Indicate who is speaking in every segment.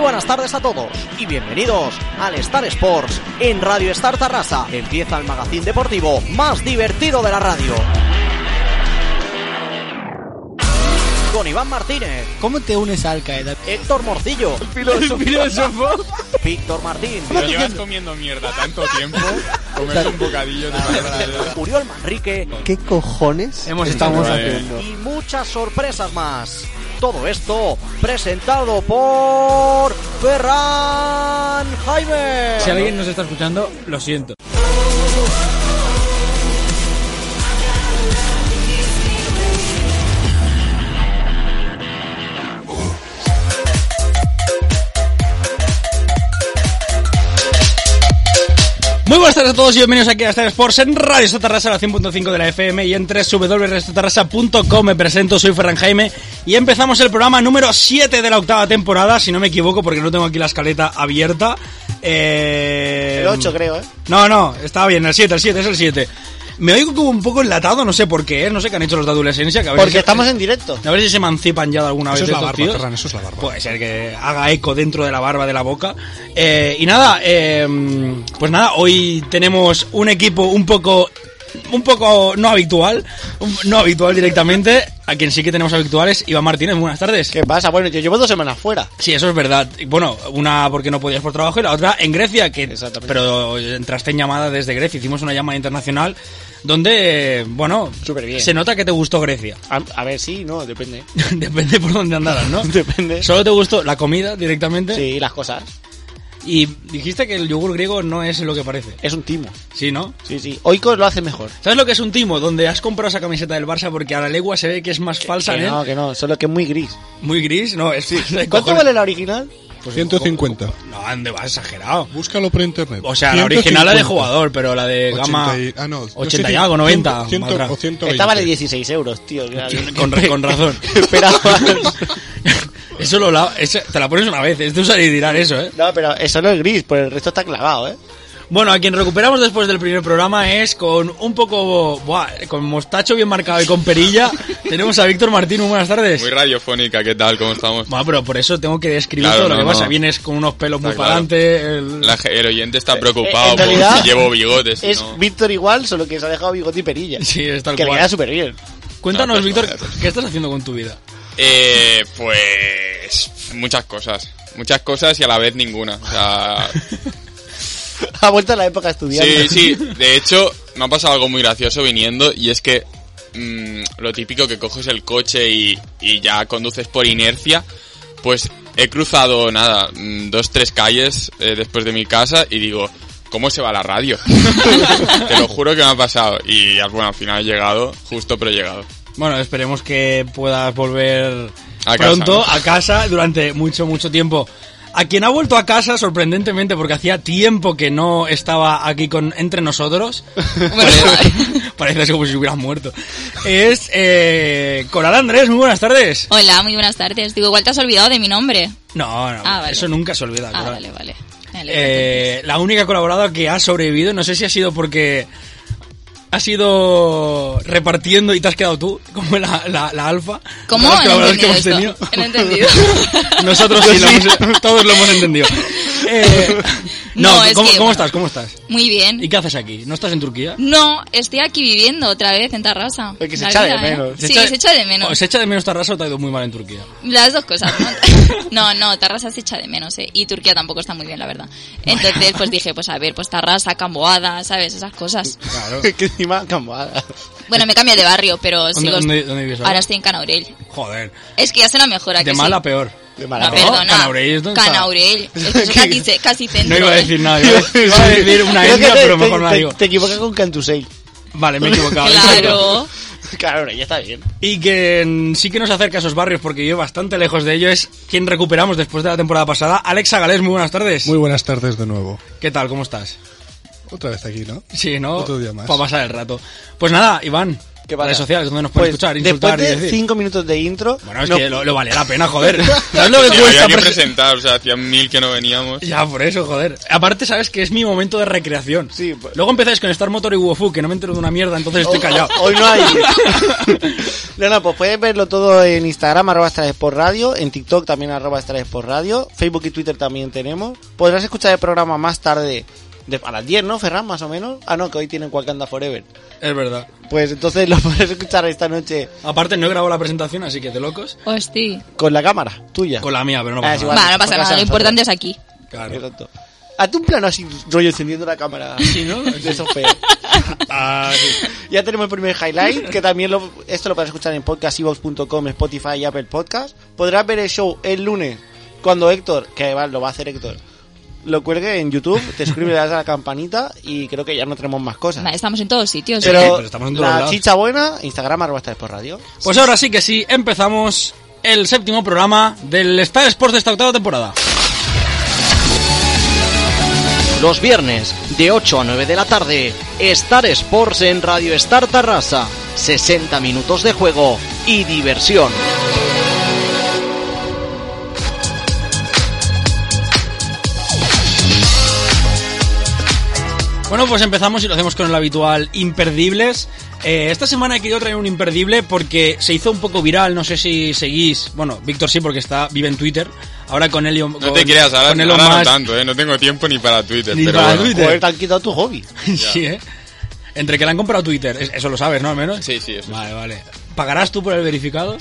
Speaker 1: buenas tardes a todos y bienvenidos al Star Sports en Radio Star Tarrasa. Empieza el magazín deportivo más divertido de la radio. Con Iván Martínez,
Speaker 2: ¿Cómo te unes a Al Qaeda?
Speaker 1: Héctor Morcillo,
Speaker 2: filósofo?
Speaker 1: Víctor Martín,
Speaker 3: Pero llevas comiendo mierda tanto tiempo, comer un bocadillo de verdad.
Speaker 1: Uriol Manrique
Speaker 4: ¿Qué cojones
Speaker 2: Hemos
Speaker 4: estamos
Speaker 3: estado-
Speaker 4: haciendo?
Speaker 1: y muchas sorpresas más. Todo esto presentado por Ferran Jaime.
Speaker 2: Si alguien nos está escuchando, lo siento. Muy buenas tardes a todos y bienvenidos aquí a Star Sports en Radio Sotarrasa, la 100.5 de la FM y en www.radiosotarrasa.com. Me presento, soy Ferran Jaime y empezamos el programa número 7 de la octava temporada, si no me equivoco porque no tengo aquí la escaleta abierta. Eh,
Speaker 4: El 8 creo, ¿eh?
Speaker 2: No, no, está bien, el 7, el 7, es el 7. Me oigo como un poco enlatado, no sé por qué, ¿eh? no sé qué han hecho los de adolescencia. Que a ver si
Speaker 4: Porque
Speaker 2: se-
Speaker 4: estamos en directo.
Speaker 2: a ver si se emancipan ya de alguna
Speaker 3: Eso
Speaker 2: vez
Speaker 3: es la
Speaker 2: estos
Speaker 3: barba,
Speaker 2: tíos.
Speaker 3: Ferran, eso es la barba.
Speaker 2: Puede ser que haga eco dentro de la barba de la boca. Eh, y nada, eh, pues nada, hoy tenemos un equipo un poco un poco no habitual, un- no habitual directamente, a quien sí que tenemos habituales, Iván Martínez, buenas tardes.
Speaker 4: ¿Qué pasa? Bueno, yo llevo dos semanas fuera.
Speaker 2: Sí, eso es verdad. Y Bueno, una porque no podías por trabajo y la otra en Grecia, que
Speaker 4: Exactamente.
Speaker 2: pero entraste en llamada desde Grecia, hicimos una llamada internacional donde, eh, bueno,
Speaker 4: Superbién.
Speaker 2: se nota que te gustó Grecia.
Speaker 4: A, a ver, sí, no, depende.
Speaker 2: Depende por dónde andaras, ¿no?
Speaker 4: Depende.
Speaker 2: Solo te gustó la comida directamente
Speaker 4: Sí, las cosas.
Speaker 2: y dijiste que el yogur griego no es lo que parece.
Speaker 4: Es un timo.
Speaker 2: Sí, ¿no?
Speaker 4: Sí, sí. Oikos lo hace mejor.
Speaker 2: ¿Sabes lo que es un timo? Donde has comprado esa camiseta del Barça porque a la legua se ve que es más falsa,
Speaker 4: Que
Speaker 2: ¿eh?
Speaker 4: no, que no, solo que es muy gris.
Speaker 2: Muy gris, no, es falsa de
Speaker 4: ¿Cuánto
Speaker 2: cojones.
Speaker 4: vale la original?
Speaker 3: 150.
Speaker 2: No, ande va, exagerado.
Speaker 3: Búscalo por internet.
Speaker 2: O sea, la original la de jugador, pero la de
Speaker 3: 80
Speaker 2: gama
Speaker 3: y- ah, no, yo
Speaker 2: 80
Speaker 3: soy
Speaker 2: y algo, 90.
Speaker 3: 100
Speaker 2: madra.
Speaker 3: o 120.
Speaker 4: Esta vale 16 euros, tío. que era lo
Speaker 2: Con, ra- con razón.
Speaker 4: que Esperabas.
Speaker 2: Eso lo la- eso- te la pones una vez, es de usar y tirar eso, ¿eh?
Speaker 4: No, pero eso no es gris, por el resto está clavado, ¿eh?
Speaker 2: Bueno, a quien recuperamos después del primer programa es con un poco. buah, con mostacho bien marcado y con perilla. tenemos a Víctor Martín, muy buenas tardes.
Speaker 3: Muy radiofónica, ¿qué tal? ¿Cómo estamos?
Speaker 2: Bueno, pero por eso tengo que describir
Speaker 3: Claro,
Speaker 2: todo lo
Speaker 3: no,
Speaker 2: que pasa.
Speaker 3: no.
Speaker 2: Vienes con unos pelos
Speaker 3: Está
Speaker 2: muy
Speaker 3: claro.
Speaker 2: pa'lante, el-
Speaker 3: La ge- el oyente
Speaker 2: Eh,
Speaker 3: está preocupado
Speaker 4: en realidad,
Speaker 3: por si llevo bigotes. si
Speaker 4: Es
Speaker 3: no.
Speaker 4: Víctor igual, solo que se ha dejado bigote y perilla.
Speaker 2: Sí, es tal
Speaker 4: que le
Speaker 2: cual.
Speaker 4: queda súper bien.
Speaker 2: Cuéntanos,
Speaker 3: No, pues,
Speaker 2: Víctor,
Speaker 3: vaya.
Speaker 2: ¿qué estás haciendo con tu vida?
Speaker 3: Eh, pues muchas cosas. Muchas cosas y a la vez ninguna. O sea,
Speaker 4: Ha vuelto a la época estudiante.
Speaker 3: sí, sí. De hecho, me ha pasado algo muy gracioso viniendo y es que mm, lo típico que coges el coche y, y ya conduces por inercia, pues he cruzado, nada, mm, dos, tres calles eh, después de mi casa y digo, ¿cómo se va la radio? Te lo juro que me ha pasado. Y bueno, al final he llegado, justo pero he llegado.
Speaker 2: Bueno, esperemos que puedas volver
Speaker 3: A casa,
Speaker 2: pronto
Speaker 3: ¿no?
Speaker 2: a casa durante mucho, mucho tiempo. A quien ha vuelto a casa, sorprendentemente, porque hacía tiempo que no estaba aquí con entre nosotros. Parece- Parece como si hubieras muerto. Es eh, Coral Andrés, muy buenas tardes.
Speaker 5: Hola, muy buenas tardes. Digo, igual te has olvidado de mi nombre.
Speaker 2: No, no,
Speaker 5: Ah, vale.
Speaker 2: eso nunca se olvida.
Speaker 5: Ah,
Speaker 2: Coral.
Speaker 5: vale, vale. pues. Me alegro,
Speaker 2: Eh, la única colaboradora que ha sobrevivido, no sé si ha sido porque ha sido repartiendo y te has quedado tú, como la, la, la alfa.
Speaker 5: entonces. ¿Cómo?
Speaker 2: Todas las
Speaker 5: No he
Speaker 2: colaboradoras que
Speaker 5: entendido
Speaker 2: hemos
Speaker 5: esto.
Speaker 2: tenido.
Speaker 5: No he entendido.
Speaker 2: Nosotros sí, lo hemos- todos lo hemos entendido. Eh, no,
Speaker 5: No, es
Speaker 2: ¿cómo,
Speaker 5: que-
Speaker 2: cómo estás? ¿Cómo estás?
Speaker 5: Muy
Speaker 2: ¿Y
Speaker 5: bien.
Speaker 2: qué haces aquí? ¿No estás en Turquía?
Speaker 5: No, estoy aquí viviendo otra vez en Tarrasa.
Speaker 4: Es que se
Speaker 5: La
Speaker 4: echa de
Speaker 5: vida, ¿eh?
Speaker 4: menos.
Speaker 5: Sí, se echa de menos.
Speaker 2: ¿O ¿Se echa de menos Tarrasa o te ha ido muy mal en Turquía?
Speaker 5: Las dos cosas, ¿no? No, no, Tarrasa se echa de menos, ¿eh? Y Turquía tampoco está muy bien, la verdad. Entonces, pues dije, pues a ver, pues Tarrasa, Camboada, ¿sabes? Esas cosas.
Speaker 2: Claro.
Speaker 4: que encima, ah, cambada.
Speaker 5: Bueno, me cambié de barrio, pero
Speaker 2: ¿Dónde-
Speaker 5: sigo...
Speaker 2: dónde- dónde vives ahora?
Speaker 5: Ahora estoy en Canaurel.
Speaker 2: Joder.
Speaker 5: Es que ya se la mejora,
Speaker 2: De
Speaker 5: que
Speaker 2: mal
Speaker 5: sí.
Speaker 2: a peor.
Speaker 4: De
Speaker 5: No,
Speaker 4: mala
Speaker 2: No,
Speaker 5: Ah, perdona.
Speaker 2: Canaurel, ¿dónde está?
Speaker 5: Canaurel. Es que es casi, ce- casi centro.
Speaker 2: No iba a
Speaker 5: ¿eh?
Speaker 2: decir nada. Iba a decir- iba a decir una
Speaker 4: Creo que
Speaker 2: etnia,
Speaker 4: te,
Speaker 2: pero
Speaker 4: te-
Speaker 2: mejor no la
Speaker 4: te-
Speaker 2: digo.
Speaker 4: te equivocas con Cantusei.
Speaker 2: Vale, me he equivocado.
Speaker 5: Claro.
Speaker 4: Claro, ahora ya está bien.
Speaker 2: Y quien sí que nos acerca a esos barrios porque yo bastante lejos de ello es quien recuperamos después de la temporada pasada. Alexa Galés, muy buenas tardes.
Speaker 6: Muy buenas tardes de nuevo.
Speaker 2: ¿Qué tal? ¿Cómo estás?
Speaker 6: Otra vez aquí, ¿no?
Speaker 2: Sí, ¿no?
Speaker 6: Otro día más.
Speaker 2: Para pasar el rato. Pues nada, Iván,
Speaker 4: ¿Qué pasa?
Speaker 2: Redes sociales donde nos pueden escuchar, insultar y
Speaker 4: Pues, Después de
Speaker 2: decir.
Speaker 4: 5 minutos de intro.
Speaker 2: Bueno, es
Speaker 4: no-
Speaker 2: que lo, lo vale la pena, joder. ¿Sabes lo que
Speaker 3: Sí,
Speaker 2: cuesta?
Speaker 3: había que
Speaker 2: presen-
Speaker 3: presentar, o sea, hacía mil que no veníamos.
Speaker 2: Ya, por eso, joder. Aparte, sabes que es mi momento de recreación.
Speaker 4: Sí, pues-
Speaker 2: Luego empezáis con Star Motor y Wofu, que no me entero de una mierda, entonces estoy callado.
Speaker 4: Hoy no hay. No, no, pues puedes verlo todo en Instagram, arroba Estrada por Radio, en TikTok también arroba Estrada por Radio, Facebook y Twitter también tenemos. Podrás escuchar el programa más tarde, de- a las 10, ¿no, Ferran, más o menos? Ah, no, que hoy tienen Wakanda Forever.
Speaker 2: es verdad.
Speaker 4: Pues entonces lo podrás escuchar esta noche
Speaker 2: Aparte, no he grabado la presentación, así que de locos.
Speaker 5: Hostia.
Speaker 4: con la cámara tuya.
Speaker 2: Con la mía, pero no
Speaker 4: Ah,
Speaker 2: pasa
Speaker 4: es
Speaker 2: nada.
Speaker 4: igual.
Speaker 5: Va, no
Speaker 4: por
Speaker 5: pasa nada,
Speaker 4: casa,
Speaker 5: lo importante es aquí.
Speaker 2: Claro.
Speaker 4: Exacto. Hazte un plano así, rollo encendiendo la cámara.
Speaker 2: Sí, ¿no?
Speaker 4: De esos feos.
Speaker 2: Ah, sí.
Speaker 4: Ya tenemos el primer highlight, que también lo, esto lo podrás escuchar en podcastivox.com, Spotify y Apple Podcast. Podrás ver el show el lunes, cuando Héctor, que va, lo va a hacer Héctor, lo cuelgue en YouTube, te suscribes, le das a la campanita y creo que ya no tenemos más cosas.
Speaker 5: Va, Estamos en todos sitios.
Speaker 2: Sí,
Speaker 4: Pero,
Speaker 2: pero estamos en todos
Speaker 4: la
Speaker 2: lados.
Speaker 4: chicha buena, Instagram, arroba Star Sport radio.
Speaker 2: Pues ahora sí que sí, empezamos el séptimo programa del Star Sports de esta octava temporada.
Speaker 1: Los viernes, de 8 a 9 de la tarde, Star Sports en Radio Star Tarrasa. 60 minutos de juego y diversión.
Speaker 2: Bueno, pues empezamos y lo hacemos con el habitual imperdibles. Eh, esta semana he querido traer un imperdible porque se hizo un poco viral, no sé si seguís. Bueno, Víctor sí porque está vive en Twitter. Ahora con Elon
Speaker 3: No te creas, ahora,
Speaker 2: con Elon
Speaker 3: ahora no
Speaker 2: Musk-
Speaker 3: tanto, ¿eh? No tengo tiempo ni para Twitter,
Speaker 2: Ni
Speaker 3: pero
Speaker 2: para
Speaker 3: bueno.
Speaker 2: Twitter.
Speaker 4: Joder, te han quitado tu hobby.
Speaker 2: sí, ¿eh? Entre que le han comprado Twitter, es- eso lo sabes, ¿no? Al menos.
Speaker 3: Sí, sí, eso sí.
Speaker 2: Vale, vale. ¿Pagarás tú por el verificado?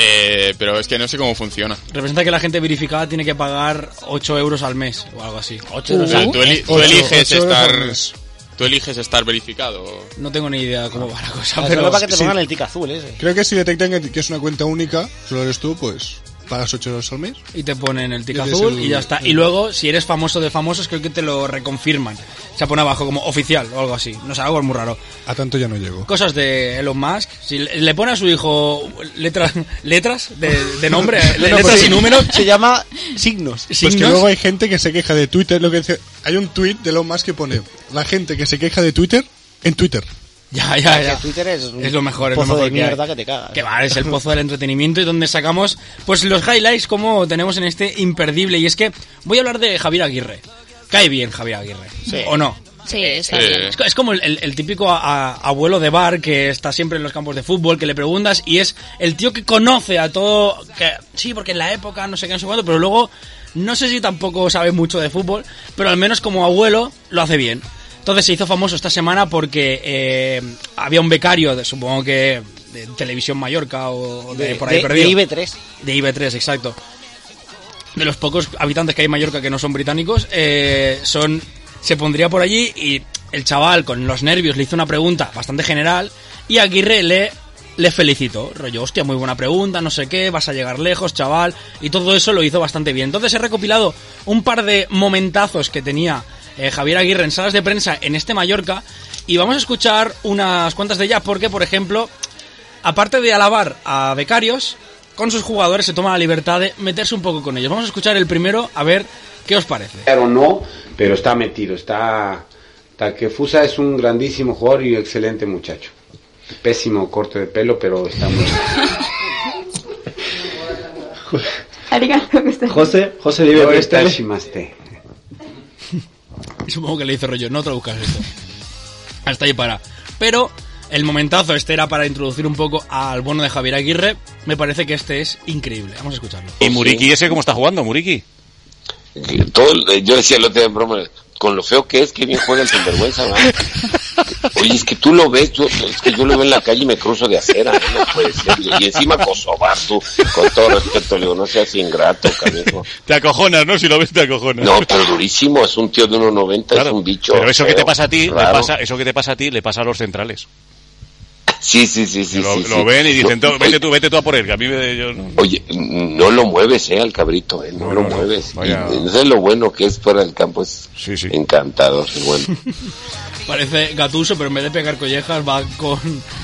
Speaker 3: Eh, pero es que no sé cómo funciona.
Speaker 2: Representa que la gente verificada tiene que pagar 8 euros al mes o algo así.
Speaker 3: O sea, tú, eli- tú
Speaker 6: Ocho-
Speaker 3: eliges
Speaker 6: ocho euros
Speaker 3: estar...
Speaker 6: al mes.
Speaker 3: Tú eliges estar verificado. o-
Speaker 2: No tengo ni idea cómo va la cosa,
Speaker 4: Pero,
Speaker 2: Ah, pero...
Speaker 4: Ah, para que te
Speaker 6: sí.
Speaker 4: pongan el tic azul ese.
Speaker 6: Creo que si detectan que, que es una cuenta única, solo eres tú, pues pagas 8 euros al mes.
Speaker 2: Y te ponen el tic
Speaker 6: Y te
Speaker 2: azul
Speaker 6: sale
Speaker 2: y ya
Speaker 6: el-
Speaker 2: está. Y luego, si eres famoso de famosos, creo que te lo reconfirman. Se pone abajo como oficial o algo así. No sé, algo muy raro.
Speaker 6: A tanto ya no llego.
Speaker 2: Cosas de Elon Musk. Si le le pone a su hijo letras, letras de, de nombre, eh,
Speaker 4: No,
Speaker 2: letras
Speaker 4: pues,
Speaker 2: y números,
Speaker 4: Se llama signos.
Speaker 6: Pues que
Speaker 2: signos.
Speaker 6: luego hay gente que se queja de Twitter. Lo que dice, hay un tweet de lo más que pone la gente que se queja de Twitter en Twitter.
Speaker 2: Ya, ya,
Speaker 4: Que
Speaker 2: ya.
Speaker 4: Twitter es, un
Speaker 2: Es lo mejor, es lo
Speaker 4: pozo
Speaker 2: mejor
Speaker 4: de
Speaker 2: que hay.
Speaker 4: mierda que te cagas.
Speaker 2: Que va, es el pozo del entretenimiento y donde sacamos pues los highlights como tenemos en este imperdible. Y es que voy a hablar de Javier Aguirre. Cae bien Javier Aguirre.
Speaker 4: Sí.
Speaker 2: ¿O no?
Speaker 5: Sí, está
Speaker 3: Sí.
Speaker 5: bien.
Speaker 4: eh,
Speaker 2: Es, co- es como el, el- el típico a- a- abuelo de bar que está siempre en los campos de fútbol, que le preguntas y es el tío que conoce a todo. Que, sí, porque en la época no sé qué, no sé cuánto, pero luego no sé si tampoco sabe mucho de fútbol, pero al menos como abuelo lo hace bien. Entonces se hizo famoso esta semana porque eh, había un becario, de- supongo que de Televisión Mallorca o de, por ahí perdido.
Speaker 4: de IB3.
Speaker 2: De IB3, exacto. De los pocos habitantes que hay en Mallorca que no son británicos, eh, son se pondría por allí y el chaval con los nervios le hizo una pregunta bastante general y Aguirre le, le felicitó. Rollo, hostia, muy buena pregunta, no sé qué, vas a llegar lejos, chaval. Y todo eso lo hizo bastante bien. Entonces he recopilado un par de momentazos que tenía eh, Javier Aguirre en salas de prensa en este Mallorca y vamos a escuchar unas cuantas de ellas porque, por ejemplo, aparte de alabar a becarios, con sus jugadores se toma la libertad de meterse un poco con ellos. Vamos a escuchar el primero a ver qué os parece.
Speaker 7: o no, pero está metido, está... Taquefusa es un grandísimo jugador y excelente muchacho. Pésimo corte de pelo, pero está muy...
Speaker 8: José, José vive
Speaker 7: Yo
Speaker 8: por
Speaker 7: está
Speaker 8: este.
Speaker 7: Shimaste.
Speaker 2: Y supongo que le dice rollo, no traduzcas esto. Hasta ahí para. Pero el momentazo este era para introducir un poco al bono de Javier Aguirre. Me parece que este es increíble. Vamos a escucharlo.
Speaker 9: ¿Y Muriqui ese cómo está jugando, Muriqui?
Speaker 10: Pues todo, el- eh, yo decía el otro día en broma, con lo feo que es, que bien juega el sinvergüenza, ¿verdad? Oye, es que tú lo ves, yo, es que yo lo veo en la calle y me cruzo de acera, ¿no? No puede ser. Y encima Kosovar, tú, con todo respeto, le digo, no seas ingrato, canijo.
Speaker 9: Te acojonas, ¿no? Si lo ves, te acojonas.
Speaker 10: No, pero durísimo, es un tío de 1,90, es
Speaker 9: Claro.
Speaker 10: un bicho.
Speaker 9: Pero eso que
Speaker 10: feo,
Speaker 9: te pasa a ti, le
Speaker 10: raro.
Speaker 9: pasa, eso que te pasa a ti, le pasa a los centrales.
Speaker 10: Sí, sí, sí, sí.
Speaker 9: lo,
Speaker 10: sí,
Speaker 9: lo
Speaker 10: sí.
Speaker 9: ven y dicen,
Speaker 10: No,
Speaker 9: "Tú, vete tú, vete tú a por él, que a mí me... Yo, no".
Speaker 10: Oye, no lo mueves, eh, al cabrito, eh, no,
Speaker 9: No,
Speaker 10: lo
Speaker 9: no, no.
Speaker 10: mueves. Y,
Speaker 9: Vaya.
Speaker 10: eh, eso es lo bueno que es fuera del campo, es
Speaker 9: Sí, sí.
Speaker 10: encantador, el bueno.
Speaker 2: Parece gatuso, pero en vez de pegar collejas va con,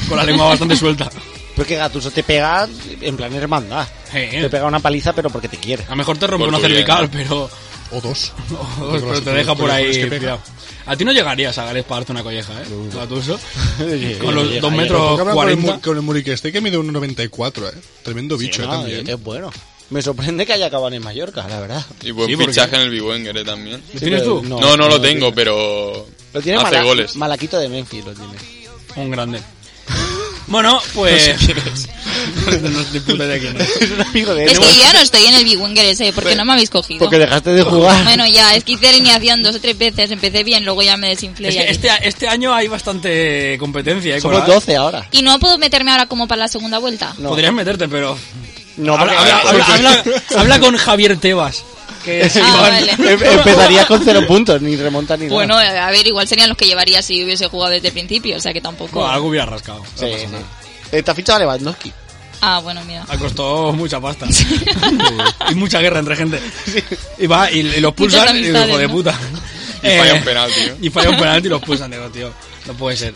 Speaker 2: con la lengua bastante suelta.
Speaker 4: Pero Pues que Gatuso te pega en plan hermandad.
Speaker 2: Eh,
Speaker 4: Te pega una paliza, pero porque te quiere.
Speaker 2: A lo mejor te rompe
Speaker 3: Por
Speaker 2: una
Speaker 3: tu bien,
Speaker 2: cervical,
Speaker 3: ¿no?
Speaker 2: pero...
Speaker 6: o dos.
Speaker 2: Oh,
Speaker 6: Porque
Speaker 2: pero
Speaker 6: los-
Speaker 2: te deja
Speaker 6: los
Speaker 2: por ahí.
Speaker 6: goles que pega.
Speaker 2: pillado. A ti no llegarías a Gales para darte una colleja, ¿eh? Gatuso. Con los
Speaker 4: llega, llega.
Speaker 2: dos
Speaker 6: Porque
Speaker 2: metros
Speaker 6: hablan con el, mu-
Speaker 2: 40.
Speaker 6: con el Murique este que mide un 94, eh. Tremendo bicho, eh,
Speaker 4: No,
Speaker 6: también.
Speaker 4: es bueno. Me sorprende que haya acabado en Mallorca, la verdad.
Speaker 3: Y buen
Speaker 2: Sí, porque-
Speaker 3: fichaje en el Biwenger eh, también.
Speaker 2: ¿Lo tienes
Speaker 4: pero
Speaker 2: tú?
Speaker 3: No, no, lo tengo,
Speaker 4: tiene.
Speaker 3: pero
Speaker 4: Lo tiene
Speaker 3: hace
Speaker 4: Mala-
Speaker 3: goles.
Speaker 4: Malaquito de Memphis, lo tiene.
Speaker 2: Un grande. Bueno, pues. No sé puta idea quién es.
Speaker 4: es un amigo de
Speaker 5: Es
Speaker 4: él.
Speaker 5: que yo ya no estoy en el Big Winger ese, porque no me habéis cogido.
Speaker 4: Porque dejaste de jugar.
Speaker 5: Bueno, ya, es que hice alineación dos o tres veces, empecé bien, luego ya me desinflé.
Speaker 2: Es
Speaker 5: y
Speaker 2: que
Speaker 5: ahí.
Speaker 2: este, este año hay bastante competencia, ¿eh?
Speaker 4: Somos
Speaker 2: Coral?
Speaker 4: 12 ahora.
Speaker 5: Y no puedo meterme ahora como para la segunda vuelta.
Speaker 4: No.
Speaker 2: Podrías meterte, pero.
Speaker 4: No, eh,
Speaker 2: habla,
Speaker 4: porque-
Speaker 2: habla- habla- habla- habla con Javier Tebas. Que es
Speaker 5: Ah,
Speaker 2: Iván.
Speaker 5: vale.
Speaker 4: Em- Empezarías con cero puntos, ni remonta ni
Speaker 5: Bueno,
Speaker 4: nada.
Speaker 5: a ver, igual serían los que llevaría si hubiese jugado desde el principio, o sea que tampoco.
Speaker 2: Bueno, algo hubiera rascado. No
Speaker 4: Sí,
Speaker 2: pasa
Speaker 4: sí.
Speaker 2: nada.
Speaker 4: Eh, Te ha fichado a Lewandowski.
Speaker 5: Ah, bueno, mira.
Speaker 2: Ha costado mucha pasta. y mucha guerra entre gente. Y va, y, y los pulsan, y
Speaker 5: amistades,
Speaker 2: hijo de
Speaker 5: ¿no?
Speaker 2: puta. Eh,
Speaker 3: Y falla un penalti, ¿no?
Speaker 2: Y falla un penalti y los pulsan, digo, tío. No puede ser.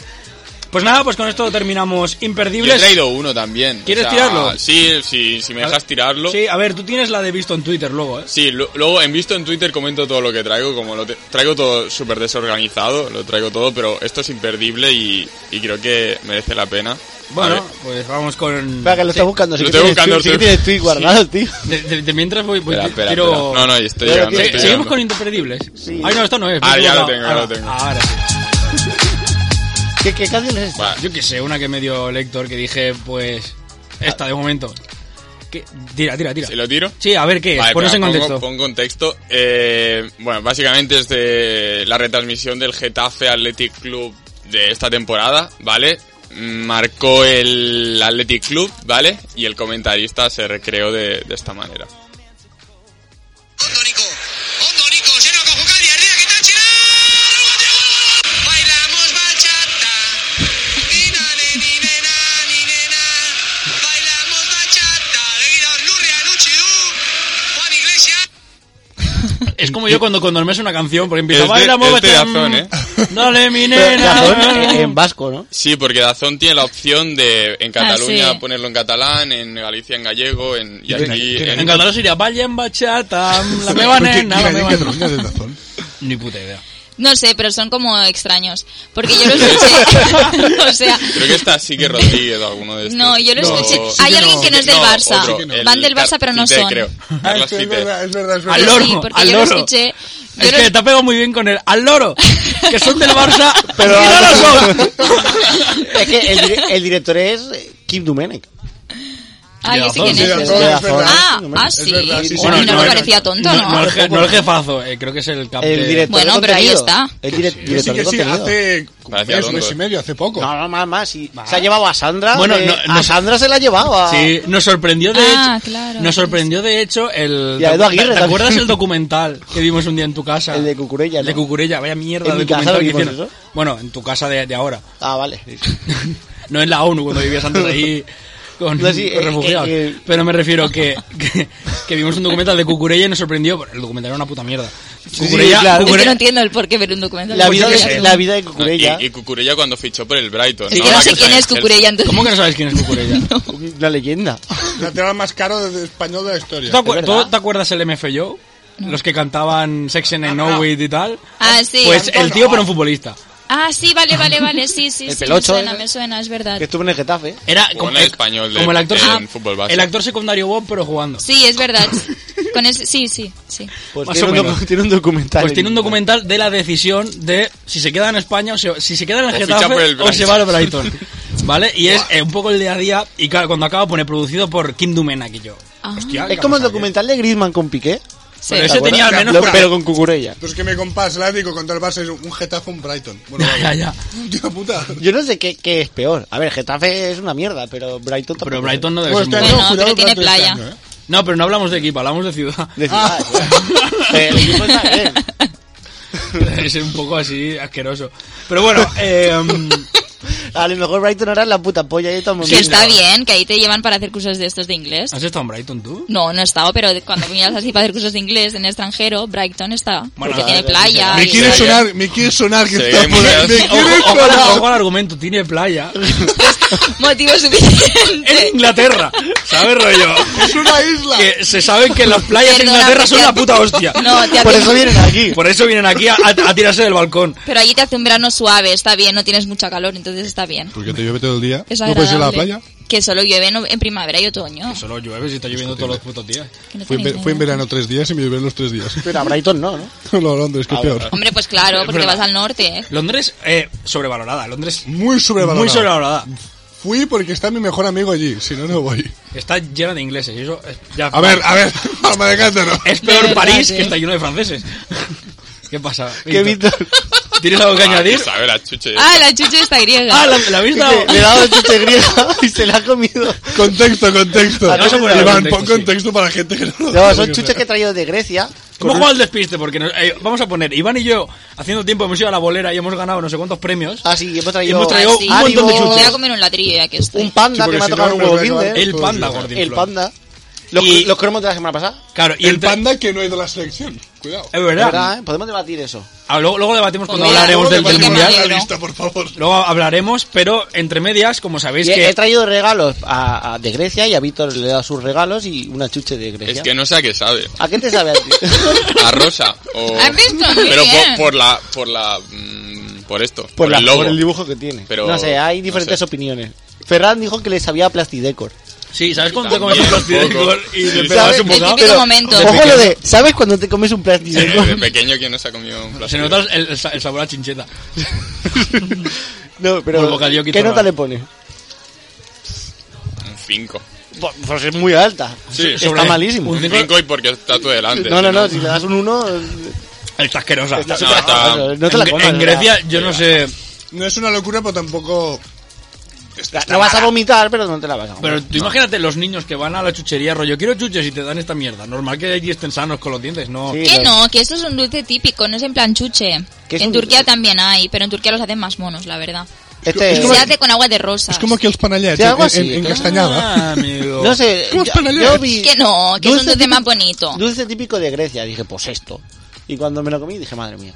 Speaker 2: Pues nada, pues con esto terminamos.
Speaker 3: yo he
Speaker 2: Imperdibles.
Speaker 3: traído uno también.
Speaker 2: ¿Quieres tirarlo?
Speaker 3: Sí, sí, si me dejas tirarlo.
Speaker 2: Sí, a ver, tú tienes la de visto en Twitter luego, ¿eh?
Speaker 3: Sí, lu- luego en visto en Twitter comento todo lo que traigo, como lo te- traigo todo súper desorganizado, lo traigo todo, pero esto es imperdible y, y creo que merece la pena. A
Speaker 2: Bueno,
Speaker 3: ver,
Speaker 2: pues vamos con.
Speaker 4: Espera, que lo
Speaker 2: Sí.
Speaker 4: está buscando. Sí
Speaker 3: Lo
Speaker 4: que
Speaker 3: estoy
Speaker 4: tienes
Speaker 3: buscando,
Speaker 4: tweet- sí que
Speaker 3: estoy-
Speaker 4: tienes tweet guardado, tío.
Speaker 2: De, de- de mientras voy. voy
Speaker 3: espera, espera,
Speaker 2: tiro-
Speaker 3: espera. No, no, y estoy
Speaker 4: Pero
Speaker 3: llegando,
Speaker 4: tiene-
Speaker 3: estoy
Speaker 2: Seguimos
Speaker 3: llegando.
Speaker 2: con imperdibles.
Speaker 4: Sí.
Speaker 2: Ay, no, esto no es.
Speaker 3: Ah,
Speaker 2: me he
Speaker 3: ya lo
Speaker 2: equivocado.
Speaker 3: tengo, ya lo
Speaker 2: Ahora-
Speaker 3: tengo.
Speaker 2: Ahora sí.
Speaker 4: ¿Qué, qué canción es esta?
Speaker 3: Va,
Speaker 2: Yo qué sé, una que me dio Lector que dije, pues. Esta de momento. ¿Qué? Tira, tira, tira.
Speaker 3: ¿se lo tiro?
Speaker 2: Sí, a ver qué
Speaker 6: Eh,
Speaker 2: es.
Speaker 3: Vale,
Speaker 2: Ponos en
Speaker 3: espera,
Speaker 2: contexto.
Speaker 3: Pongo, pongo contexto. Eh, bueno, básicamente es de la retransmisión del Getafe Athletic Club de esta temporada, ¿vale? Marcó el Athletic Club, ¿vale? Y el comentarista se recreó de, de esta manera.
Speaker 8: Ondo Nico, ondo Nico, zeroako jokaldi, herriak itatxera! Bailamos bachata, ninane, ninena, ninena, bailamos bachata, begira hor lurrean utzi du, Juan Iglesias.
Speaker 2: Es como yo cuando, cuando me hace una canción, porque empieza
Speaker 3: Es de-
Speaker 2: baila,
Speaker 3: es
Speaker 2: muévete,
Speaker 3: de
Speaker 2: mm,
Speaker 3: Dazón, ¿eh?
Speaker 2: Dale, mi
Speaker 4: Pero
Speaker 2: nena.
Speaker 4: Gazón, eh, en vasco, ¿no?
Speaker 3: Sí, porque Dazón tiene la opción de en Cataluña
Speaker 5: Ah, sí.
Speaker 3: ponerlo en catalán, en Galicia en gallego, en, y
Speaker 6: tiene-
Speaker 3: aquí
Speaker 6: tiene-
Speaker 2: En
Speaker 3: en,
Speaker 2: catalán sería, vaya en bachata, la meva
Speaker 6: Porque
Speaker 2: nena, la
Speaker 6: Mira,
Speaker 2: meva
Speaker 6: que
Speaker 2: nena.
Speaker 6: Cataluña es de razón.
Speaker 2: Ni puta idea.
Speaker 5: No sé, pero son como extraños. Porque yo los escuché. o sea.
Speaker 3: Creo que está sí que Rodríguez o alguno de estos.
Speaker 5: No, yo los
Speaker 3: No,
Speaker 5: escuché.
Speaker 6: sí
Speaker 5: Hay
Speaker 6: que
Speaker 5: alguien
Speaker 6: no,
Speaker 5: que no es
Speaker 3: no,
Speaker 5: del Barça.
Speaker 3: otro, el
Speaker 5: Van del Barça,
Speaker 3: Car-
Speaker 5: pero no
Speaker 3: Fite,
Speaker 5: son.
Speaker 3: creo.
Speaker 6: Ah,
Speaker 3: Carlos
Speaker 6: es que es
Speaker 3: Fite.
Speaker 6: verdad, es verdad, es
Speaker 2: Al
Speaker 5: Sí,
Speaker 6: verdad.
Speaker 2: loro,
Speaker 5: sí, porque
Speaker 2: al
Speaker 5: yo lo
Speaker 2: loro.
Speaker 5: escuché. Yo
Speaker 2: Es
Speaker 5: lo-
Speaker 2: que te ha pegado muy bien con el al loro, que son del Barça, pero
Speaker 4: Pero
Speaker 2: no lo son.
Speaker 4: Es que el, dire- el director es eh, Kim Dumenek.
Speaker 5: Ah, yo sé quién
Speaker 6: Sí,
Speaker 5: es.
Speaker 6: Dazón,
Speaker 4: Es de
Speaker 6: es verdad.
Speaker 5: Ah,
Speaker 4: no me-
Speaker 5: ah,
Speaker 4: es
Speaker 5: sí.
Speaker 6: verdad, sí, sí,
Speaker 5: Bueno,
Speaker 6: sí,
Speaker 5: no
Speaker 6: no,
Speaker 5: me
Speaker 6: no,
Speaker 5: parecía tonto, ¿no?
Speaker 2: No, el, je- no el jefazo, eh, creo que es el capitán.
Speaker 4: El director
Speaker 5: Bueno,
Speaker 4: de
Speaker 5: pero ahí
Speaker 4: contenido.
Speaker 5: está.
Speaker 4: El dire- director
Speaker 6: Sí, que
Speaker 4: de
Speaker 6: sí,
Speaker 4: contenido.
Speaker 6: hace un
Speaker 3: Gracias,
Speaker 6: mes,
Speaker 3: Dondo.
Speaker 6: mes y medio, hace poco.
Speaker 4: No, no, más, más. sí. Se ha llevado a Sandra.
Speaker 2: Bueno,
Speaker 4: de-
Speaker 2: no, no-
Speaker 4: a Sandra se la llevaba.
Speaker 2: Sí, nos sorprendió de
Speaker 5: Ah,
Speaker 2: hecho.
Speaker 5: claro.
Speaker 2: Nos sorprendió de hecho el.
Speaker 4: Y a Edu Aguirre
Speaker 2: ¿Te, te
Speaker 4: también.
Speaker 2: acuerdas el documental que vimos un día en tu casa?
Speaker 4: El de Cucurella,
Speaker 2: El de
Speaker 4: ¿no?
Speaker 2: Cucurella, vaya mierda
Speaker 4: ¿En
Speaker 2: de
Speaker 4: mi casa
Speaker 2: documental
Speaker 4: lo
Speaker 2: que
Speaker 4: vimos
Speaker 2: hicieron.
Speaker 4: eso?
Speaker 2: Bueno, en tu casa de, de ahora.
Speaker 4: Ah, vale. Sí, sí.
Speaker 2: No en la ONU cuando vivías antes ahí con,
Speaker 4: No, sí,
Speaker 2: con
Speaker 4: eh,
Speaker 2: refugiados.
Speaker 4: eh, eh.
Speaker 2: Pero me refiero que, que, que vimos un documental de Cucurella y nos sorprendió. El documental era una puta mierda.
Speaker 4: Sí,
Speaker 2: Cucurella,
Speaker 4: sí, claro.
Speaker 5: Es que no
Speaker 2: Cucurella-
Speaker 5: entiendo el por qué ver un documental.
Speaker 4: La
Speaker 5: Pues
Speaker 4: vida
Speaker 5: yo qué
Speaker 4: de,
Speaker 5: sé.
Speaker 4: la vida de Cucurella.
Speaker 3: Ah, Y, y Cucurella cuando fichó por el Brighton.
Speaker 5: Es que no
Speaker 3: Ahora
Speaker 5: sé quién
Speaker 3: está
Speaker 5: es
Speaker 3: en el
Speaker 5: Cucurella, entonces.
Speaker 2: ¿Cómo que no sabes quién es Cucurella?
Speaker 4: Una leyenda.
Speaker 2: Ah.
Speaker 6: Lateral más caro de de español de la
Speaker 2: ¿Tú
Speaker 6: historia.
Speaker 2: te, acu-
Speaker 4: verdad.
Speaker 2: tú te acuerdas el MF Joe? Los que cantaban Sex and No It y tal.
Speaker 5: Ah, sí.
Speaker 2: Pues el tío, pero un futbolista.
Speaker 5: Ah, sí, vale, vale, vale. Sí, sí,
Speaker 4: El
Speaker 5: sí. Me
Speaker 4: pelocho,
Speaker 5: suena,
Speaker 4: ¿eh?
Speaker 5: me suena, es verdad.
Speaker 4: Que estuvo en el Getafe.
Speaker 2: Era
Speaker 3: Jugó
Speaker 2: como
Speaker 3: en el español de-
Speaker 2: como el actor,
Speaker 3: en
Speaker 2: ah,
Speaker 3: fútbol base.
Speaker 2: el actor secundario Bob, pero jugando.
Speaker 5: Sí, es verdad. Con ese, sí, sí, sí.
Speaker 4: Pues
Speaker 2: Más
Speaker 4: tiene,
Speaker 2: o
Speaker 4: un docu-
Speaker 2: menos.
Speaker 4: tiene un documental.
Speaker 2: Pues
Speaker 4: en-
Speaker 2: tiene un documental de la decisión de si se queda en España o se- si se queda en el
Speaker 3: O ficha por
Speaker 2: Getafe
Speaker 3: el
Speaker 2: o se
Speaker 3: Brighton.
Speaker 2: va al Brighton. ¿Vale? Y es eh, un poco el día a día. Y claro, cuando acaba pone producido por Kim Dumena, que yo.
Speaker 5: Ah.
Speaker 2: Hostia,
Speaker 4: Es
Speaker 2: qué
Speaker 4: como el
Speaker 2: cosa,
Speaker 4: documental de Griezmann con Piqué.
Speaker 5: Sí.
Speaker 2: Pero
Speaker 4: ¿te
Speaker 2: ese tenía al
Speaker 4: acuerdas?
Speaker 2: menos.
Speaker 4: Lo-
Speaker 2: para-
Speaker 4: Pero con Cucurella.
Speaker 6: Pero es que me compás látigo contra el Barça es un Getafe, un Brighton. Bueno,
Speaker 2: Ya, ya,
Speaker 6: vale.
Speaker 2: ya.
Speaker 6: Tío puta.
Speaker 4: Yo no sé qué, qué es peor. A ver, Getafe es una mierda, pero Brighton tampoco.
Speaker 2: Pero Brighton no debe
Speaker 6: Bueno,
Speaker 2: ser.
Speaker 6: este
Speaker 2: un
Speaker 5: Bueno,
Speaker 6: año,
Speaker 2: buen-
Speaker 5: pero
Speaker 6: cuidado,
Speaker 5: tiene
Speaker 6: Brighton este
Speaker 5: playa.
Speaker 6: año, ¿eh?
Speaker 2: No, pero no hablamos de equipo, hablamos de ciudad.
Speaker 4: De ciudad, claro. El equipo está bien.
Speaker 2: es un poco así asqueroso. Pero bueno, eh,
Speaker 4: A lo mejor Brighton ahora es la puta polla y estamos
Speaker 5: Que
Speaker 4: bien.
Speaker 5: está bien, que ahí te llevan para hacer cursos de estos de inglés.
Speaker 2: ¿has estado en Brighton tú?
Speaker 5: No, no he estado, pero de- cuando miras así para hacer cursos de inglés en extranjero, Brighton está.
Speaker 2: Bueno,
Speaker 5: porque tiene
Speaker 2: claro,
Speaker 5: playa.
Speaker 6: Me
Speaker 5: y-
Speaker 6: quiere sonar, me quiere sonar que
Speaker 3: Sí,
Speaker 6: está por ahí.
Speaker 3: muchas-
Speaker 6: Me
Speaker 3: Sí,
Speaker 6: quiere
Speaker 2: Ojo al-
Speaker 6: sonar.
Speaker 2: ojo al argumento, tiene playa.
Speaker 5: Motivo suficiente.
Speaker 2: en Inglaterra. ¿Sabes, rollo? Es una isla. Que se sabe que las playas en
Speaker 5: Perdóname,
Speaker 2: Inglaterra son
Speaker 5: te-
Speaker 2: la puta hostia.
Speaker 5: No, te Por hace- eso vienen
Speaker 2: aquí. Por eso vienen aquí a, a- a tirarse del balcón.
Speaker 5: Pero allí te hace un verano suave, está bien, no tienes mucha calor, entonces está bien.
Speaker 6: Porque Pues te llueve todo el día.
Speaker 5: Es
Speaker 6: ¿No puedes ir a la
Speaker 5: agradable.
Speaker 6: playa?
Speaker 5: Que solo llueve en, en primavera y otoño.
Speaker 2: Solo llueve si está lloviendo todos los putos días.
Speaker 5: Que no
Speaker 6: Fue en,
Speaker 5: tenéis
Speaker 6: ve-
Speaker 5: ni
Speaker 6: fue en
Speaker 5: idea.
Speaker 6: verano tres días y me llovió los tres días.
Speaker 4: Pero a Brighton no, ¿no?
Speaker 6: no, Londres,
Speaker 2: Ah,
Speaker 6: que es peor.
Speaker 5: Hombre, pues claro,
Speaker 2: Es
Speaker 5: porque
Speaker 2: verdad.
Speaker 5: vas al norte, ¿eh?
Speaker 2: Londres, eh, sobrevalorada. Londres,
Speaker 6: Muy sobrevalorada.
Speaker 2: Muy sobrevalorada.
Speaker 6: Fui porque está mi mejor amigo allí, si no, no voy.
Speaker 2: Está llena de ingleses. y eso es- ya-
Speaker 6: A ver, a ver, alma de cántaro.
Speaker 2: Es
Speaker 5: De
Speaker 2: peor
Speaker 5: verdad,
Speaker 2: París
Speaker 5: eh.
Speaker 2: que está lleno de franceses. ¿Qué pasa?
Speaker 4: ¿Qué, Víctor?
Speaker 2: ¿Tienes algo que añadir?
Speaker 3: A ver, la chuche.
Speaker 5: Ah, la chucha está griega.
Speaker 2: Ah, la, la habéis dado.
Speaker 4: Le he dado el chute griego y se la ha comido.
Speaker 6: Contexto, contexto.
Speaker 2: Vamos a poner algo de
Speaker 6: Iván, pon
Speaker 2: contexto, sí.
Speaker 6: contexto para la gente que no lo
Speaker 4: No,
Speaker 6: sabe
Speaker 4: son
Speaker 6: lo que
Speaker 4: chuches que he
Speaker 6: sea.
Speaker 4: traído de Grecia.
Speaker 2: Hemos jugado al despiste porque nos- eh, vamos a poner Iván y yo haciendo tiempo hemos ido a la bolera y hemos ganado no sé cuántos premios.
Speaker 4: Ah, sí, hemos
Speaker 2: Y
Speaker 4: traído,
Speaker 2: hemos traído un
Speaker 5: Ah,
Speaker 2: montón de
Speaker 5: digo,
Speaker 2: chuches.
Speaker 5: Voy a comer un ladrillo ya que estoy.
Speaker 4: un panda
Speaker 6: Sí,
Speaker 4: que me ha
Speaker 6: porque
Speaker 4: tocado
Speaker 6: si no,
Speaker 4: un
Speaker 6: me
Speaker 4: huevo
Speaker 6: voy a acabar
Speaker 4: Kinder,
Speaker 2: El
Speaker 6: todo
Speaker 2: panda,
Speaker 6: el día.
Speaker 2: gordín.
Speaker 4: el panda, los,
Speaker 2: Y-
Speaker 4: los cromos de la semana pasada.
Speaker 2: Claro, y
Speaker 6: El
Speaker 2: entre-
Speaker 6: panda que no es de la selección. Cuidado.
Speaker 2: Es
Speaker 4: Es
Speaker 2: verdad.
Speaker 4: verdad, ¿eh? Podemos debatir eso.
Speaker 2: Ah, luego, luego debatimos cuando
Speaker 5: Pues mira,
Speaker 2: hablaremos del,
Speaker 5: luego
Speaker 2: del
Speaker 5: debatimos.
Speaker 2: mundial.
Speaker 5: Porque
Speaker 6: la
Speaker 5: me
Speaker 6: lista, por favor.
Speaker 2: Luego hablaremos, pero entre medias, como sabéis
Speaker 4: Y he-
Speaker 2: que
Speaker 4: he traído regalos a, a- de Grecia y a Víctor le he dado sus regalos y una chuche de Grecia.
Speaker 3: Es que no sé a qué sabe.
Speaker 4: ¿A qué te sabe a ti?
Speaker 3: A Rosa. O...
Speaker 5: ¿Has visto? Muy
Speaker 3: Pero
Speaker 5: bien.
Speaker 3: por, por la. Por la. mm, por esto. Por,
Speaker 4: la-
Speaker 3: el logo.
Speaker 4: dibujo que tiene.
Speaker 3: Pero-
Speaker 4: no sé, hay
Speaker 3: no
Speaker 4: diferentes
Speaker 3: sé.
Speaker 4: opiniones. Ferran dijo que le sabía a Plastidecor.
Speaker 2: Sí, ¿sabes cuando te comes
Speaker 3: También,
Speaker 2: un plastidecor
Speaker 3: poco.
Speaker 2: y te
Speaker 3: Sí,
Speaker 2: pegabas
Speaker 4: ¿sabes?
Speaker 2: un
Speaker 5: El
Speaker 2: bocado?
Speaker 5: típico momento.
Speaker 4: Ojo lo de, ¿sabes cuando te comes un
Speaker 3: Eh,
Speaker 4: Plastidecor?
Speaker 3: de pequeño, ¿quién no se ha comido un
Speaker 2: Se
Speaker 3: plástico?
Speaker 2: nota el, el sa- el sabor a chincheta.
Speaker 4: no,
Speaker 2: Por
Speaker 4: pero
Speaker 2: bocadillo que
Speaker 4: ¿qué
Speaker 2: hizo
Speaker 4: nota
Speaker 2: Ferran.
Speaker 4: le pones?
Speaker 3: Un 5.
Speaker 4: Pues es muy alta.
Speaker 3: Sí,
Speaker 4: está
Speaker 2: sobre-
Speaker 4: malísimo.
Speaker 2: un
Speaker 3: Un 5 y porque está tú delante.
Speaker 4: No,
Speaker 3: si
Speaker 4: no, no, si le das un eh, 1,
Speaker 2: Está asquerosa.
Speaker 4: Está
Speaker 3: No,
Speaker 4: súper
Speaker 3: está-
Speaker 4: famoso, no te la
Speaker 2: En-
Speaker 4: comas,
Speaker 2: en
Speaker 4: de verdad.
Speaker 2: Grecia, yo no sé.
Speaker 6: No es una locura, pero tampoco.
Speaker 4: La- La vas a vomitar, pero no te la vas a comer.
Speaker 2: Pero tú imagínate los niños que van a la chuchería, rollo, quiero chuches y te dan esta mierda. Normal que allí estén sanos con los dientes, no.
Speaker 4: Sí.
Speaker 5: Que
Speaker 4: los-
Speaker 5: no, que esto es un dulce típico, no es en plan chuche.
Speaker 4: ¿Qué es
Speaker 5: En
Speaker 4: un
Speaker 5: Turquía
Speaker 4: dulce?
Speaker 5: también hay, pero en Turquía los hacen más monos, la verdad.
Speaker 4: Este,
Speaker 6: Es como-
Speaker 5: Se hace con agua de rosa.
Speaker 6: Es como que los panallets
Speaker 4: Sí, algo
Speaker 6: en,
Speaker 4: así, ¿eh?
Speaker 6: en- en
Speaker 4: claro.
Speaker 6: Castañada.
Speaker 2: Ah, amigo.
Speaker 4: no sé,
Speaker 6: ¿Cómo
Speaker 4: yo-
Speaker 6: panelés?
Speaker 4: yo vi-
Speaker 5: Que no, que es un dulce
Speaker 4: típico-
Speaker 5: más bonito.
Speaker 4: Dulce típico de Grecia, dije, pues esto. Y cuando me lo comí, dije, madre mía.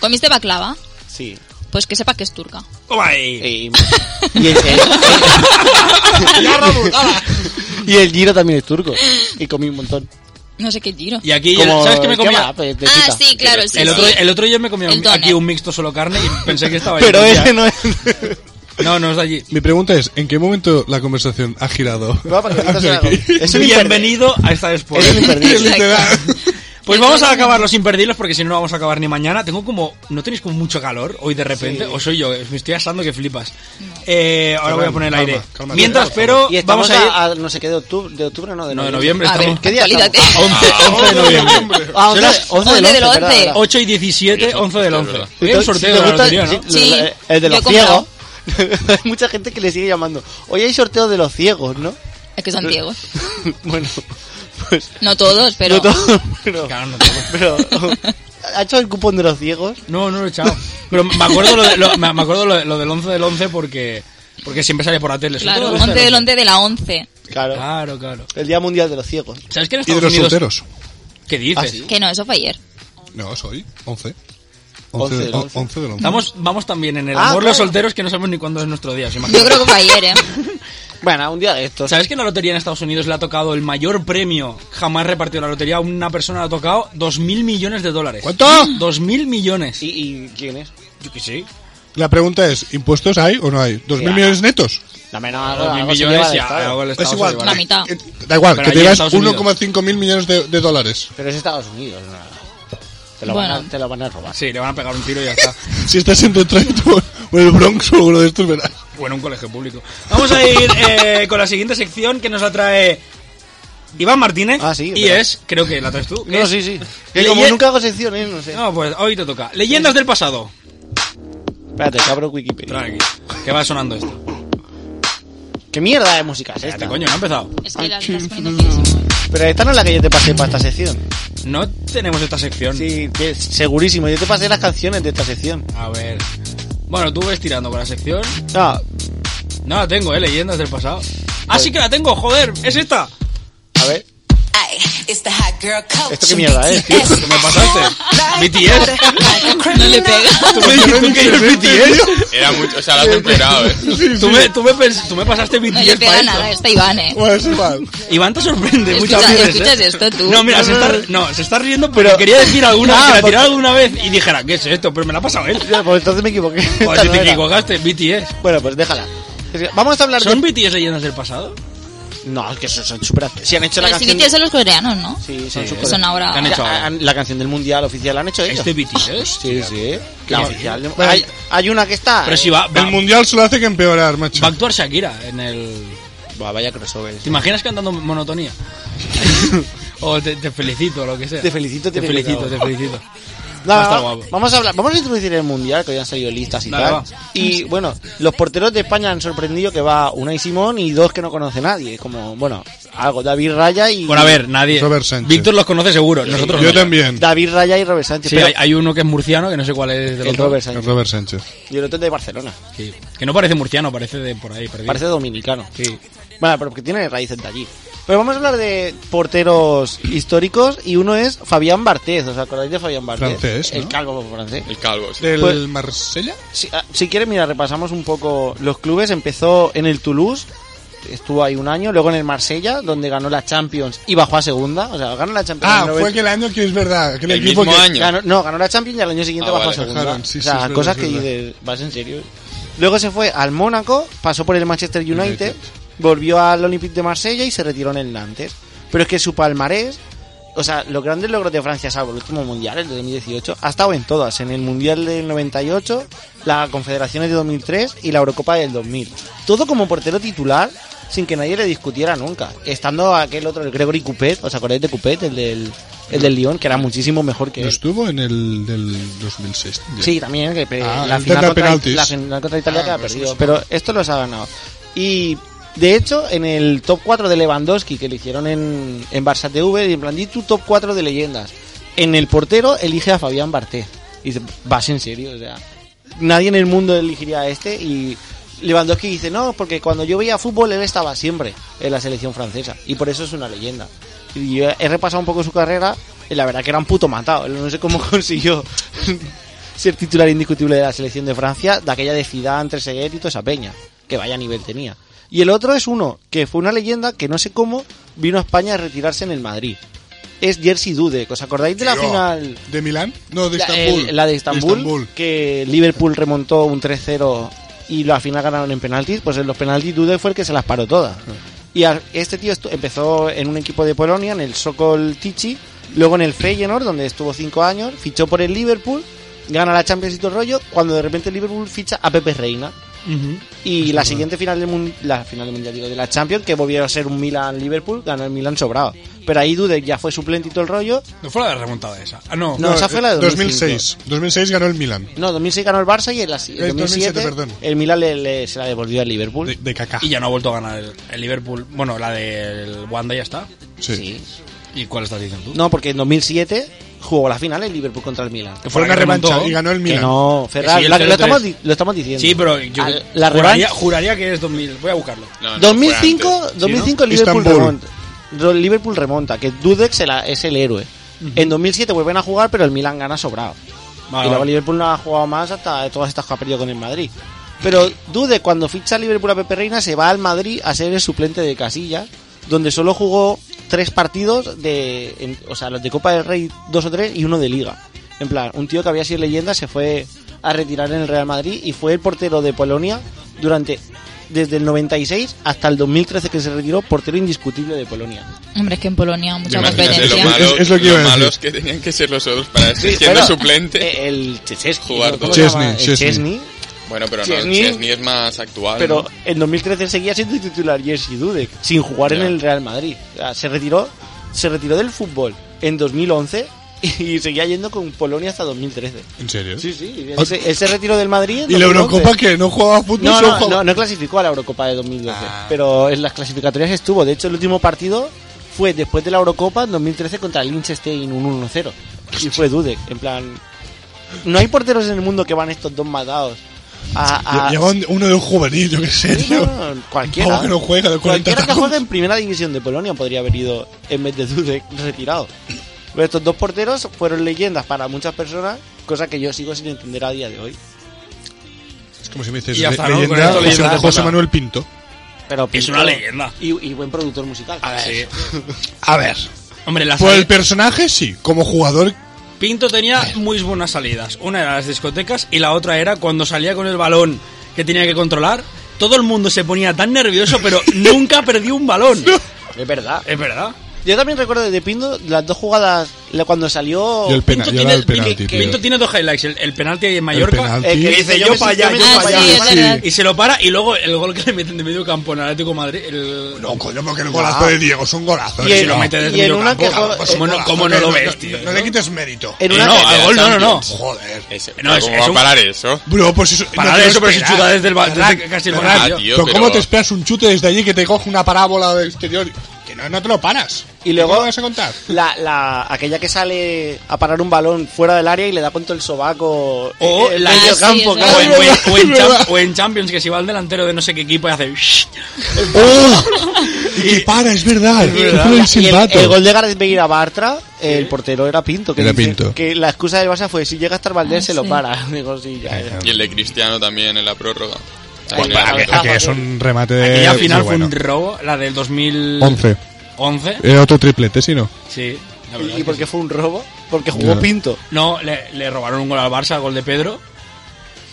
Speaker 5: ¿Comiste baklava?
Speaker 4: Sí.
Speaker 5: Pues que sepa que es turca.
Speaker 2: Toma
Speaker 4: Y,
Speaker 2: ahí.
Speaker 4: y el, y el giro también es turco. Y comí un montón.
Speaker 5: No sé qué giro.
Speaker 2: Y aquí,
Speaker 4: Como-
Speaker 2: ¿sabes qué me comía?
Speaker 4: va? Pues, de
Speaker 5: Ah,
Speaker 4: quita.
Speaker 5: sí, claro, sí.
Speaker 2: El
Speaker 5: sí.
Speaker 2: otro, el otro día me comía
Speaker 5: El
Speaker 2: un-
Speaker 5: donut.
Speaker 2: aquí un mixto solo carne y pensé que estaba
Speaker 4: Pero
Speaker 2: en Turquía.
Speaker 4: ese no es.
Speaker 2: No, no es de allí.
Speaker 6: Mi pregunta es: ¿en qué momento la conversación ha girado?
Speaker 4: No, porque ahorita se la hago. Es un
Speaker 2: Bienvenido a esta después.
Speaker 4: Es un imperdible.
Speaker 5: Exacto.
Speaker 2: Pues vamos a acabar los imperdibles porque si no, no vamos a acabar ni mañana. Tengo como. ¿No tenéis como mucho calor hoy de repente? ¿O soy yo? Me estoy asando que flipas. Eh, ahora voy a poner el
Speaker 6: calma,
Speaker 2: aire.
Speaker 6: calma,
Speaker 2: Mientras,
Speaker 6: calma.
Speaker 2: pero.
Speaker 4: Y estamos
Speaker 2: vamos a ir.
Speaker 4: a, a no sé qué de octubre, de octubre no, de
Speaker 2: No, de
Speaker 4: noviembre.
Speaker 2: noviembre
Speaker 5: A ver,
Speaker 2: estamos. Ah.
Speaker 4: ¿Qué día
Speaker 5: actualízate.
Speaker 4: estamos?
Speaker 2: 11, 11 de noviembre.
Speaker 4: Ah, 11,
Speaker 2: Será
Speaker 4: 11 del 11.
Speaker 5: 11 del
Speaker 4: verdad,
Speaker 5: 11.
Speaker 4: verdad.
Speaker 2: 8 y 17, 11 del 11. Hoy hay un sorteo
Speaker 4: Si
Speaker 2: de
Speaker 4: te
Speaker 2: la
Speaker 4: gusta-
Speaker 2: lotería, ¿no?
Speaker 4: si-
Speaker 5: Sí,
Speaker 4: la- el de
Speaker 5: yo he
Speaker 4: los ciegos.
Speaker 5: comprado.
Speaker 4: hay mucha gente que le sigue llamando. Hoy hay sorteo de los ciegos, ¿no?
Speaker 5: Es que son ciegos.
Speaker 4: bueno, pues.
Speaker 5: No todos, pero.
Speaker 4: No todo, pero.
Speaker 2: Claro, no, tengo-
Speaker 4: pero ¿Ha hecho el cupón de los ciegos?
Speaker 2: no, no lo he echado. Pero me acuerdo lo, de- lo- me me acuerdo lo, de- lo del 11 del 11 porque. Porque siempre sale por la tele. Son
Speaker 5: Claro,
Speaker 2: todos los
Speaker 5: 11 del
Speaker 2: del
Speaker 5: 11 de la 11.
Speaker 4: Claro.
Speaker 2: Claro, claro.
Speaker 4: Ah. El Día Mundial de los Ciegos.
Speaker 2: ¿Sabes qué en
Speaker 6: ¿Y de
Speaker 2: Estados
Speaker 6: los
Speaker 2: Unidos?
Speaker 6: solteros?
Speaker 2: ¿Qué dices?
Speaker 4: Ah, sí.
Speaker 5: Que no, eso fue ayer.
Speaker 6: No, soy 11.
Speaker 4: Once
Speaker 6: 11
Speaker 4: del
Speaker 6: del
Speaker 4: once.
Speaker 6: 11. del once.
Speaker 2: Estamos, vamos también en el
Speaker 4: Ah,
Speaker 2: amor
Speaker 4: claro.
Speaker 2: los solteros que no sabemos ni cuándo es nuestro día. ¿se imagina?
Speaker 5: Yo creo que fue ayer, ¿eh?
Speaker 4: Bueno, un día de estos.
Speaker 2: ¿Sabes que en la lotería en Estados Unidos le ha tocado el mayor premio jamás repartido en la lotería? A una persona le ha tocado 2.000 millones de dólares.
Speaker 6: ¿Cuánto?
Speaker 2: 2.000 millones.
Speaker 4: ¿Y, y quién es?
Speaker 2: Yo qué sé.
Speaker 6: La pregunta es: ¿impuestos hay o no hay? ¿Dos
Speaker 4: Ya.
Speaker 6: mil millones netos?
Speaker 4: La menos
Speaker 2: Dos mil
Speaker 4: Ah, algo se
Speaker 2: millones
Speaker 4: lleva de
Speaker 2: ya,
Speaker 4: Estado. Pues
Speaker 2: algo el
Speaker 6: Es
Speaker 2: Estado
Speaker 6: igual.
Speaker 2: se llevará.
Speaker 5: La vale. mitad.
Speaker 6: Eh, Da igual,
Speaker 2: Pero
Speaker 6: que
Speaker 2: allí
Speaker 6: te
Speaker 2: en
Speaker 6: llevas
Speaker 2: Estados Unidos.
Speaker 6: 1,5 mil millones de, de dólares.
Speaker 4: Pero es Estados Unidos. no. Te, lo van
Speaker 5: Bueno.
Speaker 4: a, te lo van a robar.
Speaker 2: Sí, le van a pegar un tiro y ya está.
Speaker 6: Si estás en Detroit o- o pues el Bronx o alguno de estos, verás.
Speaker 2: o en un colegio público. Vamos a ir eh, con la siguiente sección que nos la trae Iván Martínez.
Speaker 4: Ah, sí,
Speaker 2: Y
Speaker 4: verdad.
Speaker 2: es, creo que la traes tú. que
Speaker 4: No,
Speaker 2: es-
Speaker 4: sí, sí. Que
Speaker 2: Le-
Speaker 4: como
Speaker 2: ye-
Speaker 4: nunca hago secciones, no sé.
Speaker 2: No, pues hoy te toca. Leyendas del pasado.
Speaker 4: Espérate, que abro Wikipedia.
Speaker 2: Trae aquí. Que va sonando esto.
Speaker 4: ¿Qué mierda de música es
Speaker 2: Este
Speaker 4: esta?
Speaker 2: coño, no ha empezado.
Speaker 5: Es que las estás poniendo finísimo.
Speaker 4: Pero esta no es la que yo te pasé para esta sección.
Speaker 2: No tenemos esta sección.
Speaker 4: Sí, que- segurísimo. Yo te pasé las canciones de esta sección.
Speaker 2: A ver. Bueno, tú ves tirando con la sección.
Speaker 4: No,
Speaker 2: No la tengo, eh, leyendas del pasado. Ah, sí que la tengo, joder, es esta.
Speaker 4: a ver.
Speaker 5: Ay,
Speaker 4: ¿Esto qué mierda ¿eh? es, tío?
Speaker 2: ¿Qué me pasaste? ¿BTS?
Speaker 5: No le pega.
Speaker 2: ¿Tú me dijiste que era BTS?
Speaker 3: Era mucho, o sea, lo has empeorado, eh.
Speaker 2: ¿Tú me, tú, me pens- tú me pasaste
Speaker 5: No
Speaker 2: 20
Speaker 5: le pega nada, está Iván, eh.
Speaker 6: Bueno, es igual.
Speaker 2: Iván te sorprende
Speaker 5: Escucha-
Speaker 2: muchas veces.
Speaker 5: escuchas
Speaker 2: ¿eh?
Speaker 5: esto, tú.
Speaker 2: No, mira, se está, no, se está riendo, pero quería decir alguna
Speaker 4: Ah,
Speaker 2: que la
Speaker 4: porque-
Speaker 2: tirara alguna vez y dijera, ¿qué es esto? Pero me la ha pasado él.
Speaker 4: Ya, Pues entonces me equivoqué.
Speaker 2: Joder,
Speaker 4: Esta
Speaker 2: si
Speaker 4: no
Speaker 2: te
Speaker 4: era.
Speaker 2: equivocaste, BTS.
Speaker 4: Bueno, pues déjala. Vamos a hablar
Speaker 2: ¿Son
Speaker 4: de...
Speaker 2: BTS leyendas del pasado?
Speaker 4: No, es que son, son super... Si han hecho la
Speaker 5: Los
Speaker 4: canción...
Speaker 5: inicios son los coreanos, ¿no?
Speaker 4: Sí, son
Speaker 2: Sí,
Speaker 4: super...
Speaker 2: Joder.
Speaker 5: Son ahora.
Speaker 2: Que han hecho
Speaker 4: Ya,
Speaker 2: ahora.
Speaker 4: han- La canción del mundial oficial la han hecho ellos.
Speaker 2: ¿Este BTS?
Speaker 4: Sí, sí.
Speaker 2: ¿Qué
Speaker 4: La oficial. de- Hay, hay una que está.
Speaker 2: Pero si va, va,
Speaker 6: El mundial solo hace que empeorar, macho.
Speaker 2: va a actuar Shakira en el...
Speaker 4: Buah, vaya crossover.
Speaker 2: ¿Te imaginas cantando monotonía? o te, te felicito, lo que sea.
Speaker 4: Te felicito, te
Speaker 2: felicito.
Speaker 4: felicito.
Speaker 2: Te felicito.
Speaker 4: No,
Speaker 2: Va a estar
Speaker 4: va-
Speaker 2: guapo.
Speaker 4: Vamos a hablar, vamos a introducir el mundial que ya han salido listas y
Speaker 2: Dale,
Speaker 4: tal.
Speaker 2: va.
Speaker 4: Y bueno, los porteros de España han sorprendido que va Unai Simón y dos que no conoce nadie. Es Como, bueno, algo, David Raya y.
Speaker 2: Bueno, a ver, nadie...
Speaker 6: Robert Sánchez.
Speaker 2: Víctor los conoce seguro, nosotros
Speaker 6: Yo
Speaker 2: no.
Speaker 6: también.
Speaker 4: David Raya y Robert Sánchez.
Speaker 2: Sí,
Speaker 4: pero
Speaker 2: hay, hay uno que es murciano, que no sé cuál es
Speaker 4: el
Speaker 2: del otro.
Speaker 4: Robert
Speaker 6: El
Speaker 4: Sánchez.
Speaker 6: Robert Sánchez.
Speaker 4: Y el otro es de Barcelona.
Speaker 2: Sí. Que no parece murciano, parece de por ahí, perdido.
Speaker 4: Parece dominicano.
Speaker 2: Sí.
Speaker 4: Bueno, pero porque tiene raíces de allí. Pero vamos a hablar de porteros históricos y uno es Fabián Bartés. ¿Os acordáis de Fabián Bartés?
Speaker 6: Francés, ¿no?
Speaker 4: El calvo francés.
Speaker 3: El calvo, sí.
Speaker 6: ¿Del
Speaker 4: Pues-
Speaker 6: Marsella?
Speaker 4: Si, ah, si quieres, mira, repasamos un poco los clubes. Empezó en el Toulouse, estuvo ahí un año, luego en el Marsella, donde ganó la Champions y bajó a segunda. O sea, ganó la Champions.
Speaker 6: Ah,
Speaker 4: en el
Speaker 6: fue
Speaker 4: 90.
Speaker 6: aquel año que es verdad. Aquel
Speaker 3: El
Speaker 6: equipo
Speaker 3: mismo
Speaker 6: que...
Speaker 3: año.
Speaker 4: Ganó- no, ganó la Champions y al año siguiente
Speaker 3: Ah,
Speaker 4: bajó
Speaker 3: vale,
Speaker 4: a segunda.
Speaker 6: bajaron, sí,
Speaker 4: o
Speaker 6: sí, es
Speaker 4: sea,
Speaker 6: verdad,
Speaker 4: cosas
Speaker 6: es
Speaker 4: que
Speaker 6: verdad.
Speaker 4: dices, vas en serio. Luego se fue al Mónaco, pasó por el Manchester United,
Speaker 6: United.
Speaker 4: volvió al Olympique de Marsella y se retiró en el Nantes. Pero es que su palmarés, o sea, los grandes logros de Francia, salvo el último mundial, el de 2018, ha estado en todas: en el mundial del 98, la Confederaciones de 2003 y la Eurocopa del 2000. Todo como portero titular. Sin que nadie le discutiera nunca. Estando aquel otro, el Gregory Coupet, ¿os acordáis de Coupet? El del, el del Lyon, que era muchísimo mejor que
Speaker 6: ¿No
Speaker 4: él.
Speaker 6: estuvo en el del 2006?
Speaker 4: Sí, también que pe-
Speaker 6: Ah,
Speaker 4: la, final
Speaker 6: el tema de
Speaker 4: contra,
Speaker 6: penaltis.
Speaker 4: la final contra Italia
Speaker 6: Ah,
Speaker 4: que ha
Speaker 6: pues
Speaker 4: perdido.
Speaker 6: eso.
Speaker 4: Pero esto los ha ganado. Y de hecho, en el top 4 de Lewandowski que le hicieron en, en Barça TV, y en plan, di tu top 4 de leyendas. En el portero elige a Fabián Barté. Y dice, vas en serio, o sea. Nadie en el mundo elegiría a este y Lewandowski dice, no, porque cuando yo veía fútbol él estaba siempre en la selección francesa y por eso es una leyenda. Y yo he repasado un poco su carrera y la verdad que era un puto matado. No sé cómo consiguió ser titular indiscutible de la selección de Francia, de aquella de Zidane, Trezeguet y toda esa peña, que vaya nivel tenía. Y el otro es uno, que fue una leyenda que no sé cómo vino a España a retirarse en el Madrid. Es Jersey Dudek, ¿os acordáis de la
Speaker 6: Tío,
Speaker 4: final?
Speaker 6: ¿De Milán? No, de
Speaker 4: La,
Speaker 6: Estambul.
Speaker 4: el- la de Estambul, que Liverpool remontó un 3-0 y la final ganaron en penaltis, pues en los penaltis Dudek fue el que se las paró todas. Y a- este tío estu- empezó en un equipo de Polonia, en el Sokol Tichi, luego en el Feyenoord, donde estuvo 5 años, fichó por el Liverpool, gana la Champions y todo el rollo, cuando de repente el Liverpool ficha a Pepe Reina. Y la siguiente final del, mun- la final del Mundial, digo, de la Champions, que volvió a ser un Milan-Liverpool, ganó el Milan sobrado. Pero ahí Dudek ya fue suplente y todo el rollo.
Speaker 2: No fue la de remontada esa. Ah, no.
Speaker 4: No, esa fue la de
Speaker 6: 2006. 2006 ganó el Milán.
Speaker 4: No, 2006 ganó el Barça y en la si-
Speaker 6: Eh,
Speaker 4: 2007,
Speaker 6: 2007, perdón.
Speaker 4: el Milan le, le- se la devolvió al Liverpool.
Speaker 6: De, de Kaká.
Speaker 2: Y ya no ha vuelto a ganar el, el Liverpool. Bueno, la del Wanda ya está.
Speaker 6: Sí.
Speaker 4: Sí.
Speaker 2: ¿Y cuál estás diciendo tú?
Speaker 4: No, porque en 2007 jugó la final el Liverpool contra el Milan.
Speaker 2: Que
Speaker 6: Fue una
Speaker 2: la que
Speaker 6: revancha
Speaker 2: remontó.
Speaker 6: y ganó el
Speaker 4: Que
Speaker 6: Milán.
Speaker 4: no, Ferran,
Speaker 2: Que sí,
Speaker 4: la-
Speaker 2: el
Speaker 4: lo,
Speaker 2: 0-3.
Speaker 4: estamos, di- lo estamos diciendo.
Speaker 2: Sí, pero yo
Speaker 4: Al- la
Speaker 2: juraría,
Speaker 4: revancha-
Speaker 2: juraría que es 2000. Voy a buscarlo.
Speaker 3: No, no,
Speaker 4: 2005,
Speaker 3: fue antes.
Speaker 4: 2005 el Liverpool
Speaker 6: Istanbul.
Speaker 4: remonta. Ro- Liverpool remonta, que Dudek se la- es el héroe. En 2007 vuelven a jugar, pero el Milan gana sobrado.
Speaker 2: Vale,
Speaker 4: y luego
Speaker 2: vale.
Speaker 4: Liverpool no ha jugado más hasta todas estas que ha perdido con el Madrid. Pero Dude, cuando ficha a Liverpool a Pepe Reina, se va al Madrid a ser el suplente de Casillas, donde solo jugó tres partidos, de, en- o sea, los de Copa del Rey, dos o tres, y uno de Liga. En plan, un tío que había sido leyenda se fue a retirar en el Real Madrid y fue el portero de Polonia durante desde el 96 hasta el 2013 que se retiró, portero indiscutible de Polonia.
Speaker 5: Hombre, es que en Polonia mucha
Speaker 3: Imagínate lo
Speaker 5: competencia.
Speaker 3: malo,
Speaker 6: Es- es lo que iba a
Speaker 3: lo
Speaker 6: decir.
Speaker 3: malos que tenían que ser los otros para ser siendo
Speaker 4: Bueno,
Speaker 3: suplente.
Speaker 4: eh, El Chesney.
Speaker 3: Jugar
Speaker 4: ¿cómo
Speaker 3: dos.
Speaker 4: se llama?
Speaker 6: Chesney,
Speaker 4: El
Speaker 6: Chesney.
Speaker 4: Chesney.
Speaker 3: bueno, pero no,
Speaker 4: Chesney-
Speaker 3: Chesney es más actual.
Speaker 4: Pero
Speaker 3: ¿no?
Speaker 4: en 2013 seguía siendo titular Jerzy Dudek, sin jugar en
Speaker 3: Ya.
Speaker 4: el Real Madrid. O sea, Se retiró, se retiró del fútbol en 2011 y seguía yendo con Polonia hasta 2013.
Speaker 6: ¿En serio?
Speaker 4: Sí, sí. Él se, él se retiró del Madrid. en
Speaker 6: ¿Y la
Speaker 4: 2011.
Speaker 6: Eurocopa que no jugaba fútbol?
Speaker 4: No,
Speaker 6: solo
Speaker 4: no, no,
Speaker 6: jugaba-
Speaker 4: no clasificó a la Eurocopa de 2012,
Speaker 3: Ah.
Speaker 4: pero en las clasificatorias estuvo. De hecho, el último partido fue después de la Eurocopa en 2013 contra el Liechtenstein un 1-0. Y fue Dudek, en plan... No hay porteros en el mundo que van estos dos matados a- a-
Speaker 6: Lleva un- uno de un juvenil, yo qué sé, tío.
Speaker 4: ah, cualquiera.
Speaker 6: Vamos que no juega de 40
Speaker 4: cualquiera que
Speaker 6: tacos.
Speaker 4: juegue en primera división de Polonia podría haber ido en vez de Dudek retirado. Pero estos dos porteros fueron leyendas para muchas personas, cosa que yo sigo sin entender a día de hoy.
Speaker 6: Es como si me dices,
Speaker 4: Y ya está,
Speaker 6: le-
Speaker 4: ¿no? Con
Speaker 6: leyenda,
Speaker 4: esto,
Speaker 6: José-
Speaker 4: leyenda de
Speaker 6: José
Speaker 4: Jota.
Speaker 6: Manuel Pinto.
Speaker 4: Pero
Speaker 2: Es
Speaker 4: Pinto-
Speaker 2: una leyenda.
Speaker 4: Y, y buen productor musical. A
Speaker 2: ver.
Speaker 6: A ver.
Speaker 2: Hombre, la
Speaker 6: Por
Speaker 2: sal-
Speaker 6: Pues el personaje, sí. Como jugador,
Speaker 2: Pinto tenía muy buenas salidas. Una era las discotecas y la otra era cuando salía con el balón que tenía que controlar. Todo el mundo se ponía tan nervioso, pero nunca perdió un balón.
Speaker 4: Es verdad.
Speaker 2: Es verdad.
Speaker 4: Yo también recuerdo de Pinto las dos jugadas la- cuando salió.
Speaker 6: Yo el pena- yo era el penalti,
Speaker 2: que-
Speaker 6: tío.
Speaker 2: Pinto tiene dos highlights. El, el penalti en Mallorca.
Speaker 6: penalti.
Speaker 2: que
Speaker 6: Eh, que
Speaker 2: dice
Speaker 6: dice,
Speaker 2: yo,
Speaker 6: yo me-
Speaker 2: para allá,
Speaker 6: yo
Speaker 2: yo
Speaker 6: me-
Speaker 2: para
Speaker 6: Ah, sí,
Speaker 2: allá.
Speaker 6: es verdad.
Speaker 2: Y se lo para y luego el gol que le meten de medio campo en Atlético de Madrid. El...
Speaker 6: No, coño, porque
Speaker 4: Ah.
Speaker 6: el golazo de Diego es un golazo.
Speaker 2: Y,
Speaker 6: eh,
Speaker 2: en-
Speaker 6: no.
Speaker 2: lo mete desde
Speaker 6: Y en
Speaker 2: medio
Speaker 6: una
Speaker 2: campo.
Speaker 6: que juega-
Speaker 2: Como no,
Speaker 6: Golazo,
Speaker 2: como no
Speaker 6: eh,
Speaker 2: lo
Speaker 6: no,
Speaker 2: ves,
Speaker 6: no,
Speaker 2: tío.
Speaker 6: no le quites mérito.
Speaker 4: En
Speaker 2: una- No, ah. al gol no, no, no.
Speaker 6: Joder.
Speaker 3: Ese-
Speaker 2: Eh, No, es-
Speaker 3: ¿Cómo
Speaker 2: es
Speaker 3: va
Speaker 2: un-
Speaker 3: a parar eso?
Speaker 6: Bro, pues eso.
Speaker 2: Para
Speaker 6: te lo
Speaker 2: eso, pero si
Speaker 6: esperas.
Speaker 2: chuta desde el ba- desde
Speaker 6: Ferran,
Speaker 2: casi el
Speaker 6: Ferran,
Speaker 2: banquillo.
Speaker 3: Ah, tío,
Speaker 6: pero,
Speaker 3: pero-
Speaker 6: ¿cómo te esperas un chute desde allí que te coge una parábola del exterior? Que no, no te lo paras.
Speaker 4: Y luego-
Speaker 6: ¿Cómo lo vas a contar?
Speaker 4: La, la, aquella que sale a parar un balón fuera del área y le da con todo el sobaco.
Speaker 2: O
Speaker 4: en el
Speaker 2: la-
Speaker 4: medio
Speaker 2: Ah, sí,
Speaker 4: campo,
Speaker 2: O en,
Speaker 4: claro.
Speaker 2: o en- o en
Speaker 6: Es verdad.
Speaker 2: Champ- o en Champions, que si va al delantero de no sé qué equipo y hace.
Speaker 6: ¡Oh! Y que para, es verdad.
Speaker 2: verdad.
Speaker 6: Fue
Speaker 4: Ah, Y
Speaker 6: el
Speaker 4: el,
Speaker 6: silbato.
Speaker 4: el gol de Gareth Bale a Bartra, el portero era Pinto. Que
Speaker 6: Era
Speaker 4: dice
Speaker 6: Pinto.
Speaker 4: Que la excusa del Barça fue: si llega hasta el Valdés,
Speaker 5: Ah,
Speaker 4: se lo
Speaker 5: sí.
Speaker 4: para. Digo, sí, ya, ya.
Speaker 3: Y el de Cristiano también en la prórroga.
Speaker 6: Pues
Speaker 3: También
Speaker 6: para
Speaker 3: era
Speaker 6: que,
Speaker 3: otro.
Speaker 6: que es un remate de.
Speaker 2: Y al final
Speaker 6: muy
Speaker 2: fue un
Speaker 6: Eh, bueno. Eh.
Speaker 2: robo, la del 2011.
Speaker 6: 11. Era otro triplete, si no.
Speaker 2: Sí. la verdad
Speaker 4: ¿Y, y
Speaker 2: es que
Speaker 4: por qué fue un robo? Porque jugó
Speaker 6: Ya.
Speaker 4: Pinto.
Speaker 2: No, le, le robaron un gol al Barça, gol de Pedro,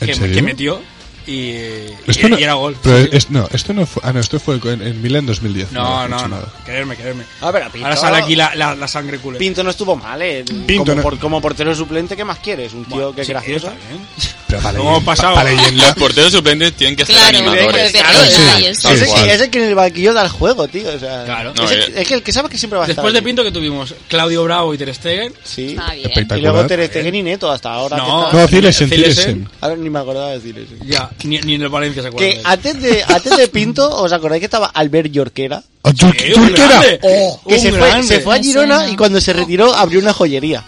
Speaker 6: ¿En
Speaker 2: que,
Speaker 6: serio?
Speaker 2: que metió y, y-
Speaker 6: Esto no-
Speaker 2: y era gol.
Speaker 6: Pero
Speaker 2: Sí, sí.
Speaker 6: es- no, esto no fue. Ah, no, esto fue en, en Milán 2010.
Speaker 2: no,
Speaker 6: he
Speaker 2: no,
Speaker 6: dicho
Speaker 2: no,
Speaker 6: nada.
Speaker 2: Quererme, quererme.
Speaker 4: Ah, pero Pinto.
Speaker 2: Ahora sale aquí la, la- la sangre culé.
Speaker 4: Pinto no estuvo mal, eh.
Speaker 6: Pinto
Speaker 4: como,
Speaker 6: no-
Speaker 4: por- como portero suplente, ¿qué más quieres? Un tío
Speaker 2: Bueno,
Speaker 4: que es
Speaker 2: sí,
Speaker 4: gracioso.
Speaker 2: está bien.
Speaker 6: Pero para
Speaker 2: Luego
Speaker 6: leyenda-
Speaker 2: pasaba.
Speaker 6: pa- para leyenda-
Speaker 3: Los porteros suplentes tienen que ser
Speaker 5: Claro,
Speaker 3: animadores.
Speaker 5: claro,
Speaker 3: Claro,
Speaker 5: sí.
Speaker 3: tal
Speaker 5: Ese
Speaker 4: Ese,
Speaker 3: cual.
Speaker 4: que- ese que en el banquillo da el juego, tío. O sea,
Speaker 2: Claro.
Speaker 3: No,
Speaker 4: ese-
Speaker 3: eh.
Speaker 4: es que el que sabe que siempre va a estar.
Speaker 2: Después de
Speaker 4: ahí.
Speaker 2: Pinto que tuvimos Claudio Bravo y Ter Stegen.
Speaker 4: Sí.
Speaker 5: Está bien.
Speaker 6: Espectacular.
Speaker 4: Y luego Ter Stegen y Neto hasta ahora.
Speaker 2: No.
Speaker 4: que
Speaker 6: No, Cilesen,
Speaker 2: Cilesen.
Speaker 6: Cilesen.
Speaker 4: está- Ahora ni me acordaba de decir eso.
Speaker 2: Ya, ni, ni en el Valencia se acuerda. de
Speaker 4: Que
Speaker 2: él.
Speaker 4: antes de, antes de Pinto, ¿os acordáis que estaba Albert Yorquera?
Speaker 6: ¡Ah, Tur-
Speaker 2: Eh, un
Speaker 6: Turquera!
Speaker 2: grande.
Speaker 6: ¡Oh!
Speaker 4: Que
Speaker 2: Un
Speaker 4: se fue,
Speaker 2: grande.
Speaker 4: se fue a Girona y cuando se retiró abrió una joyería.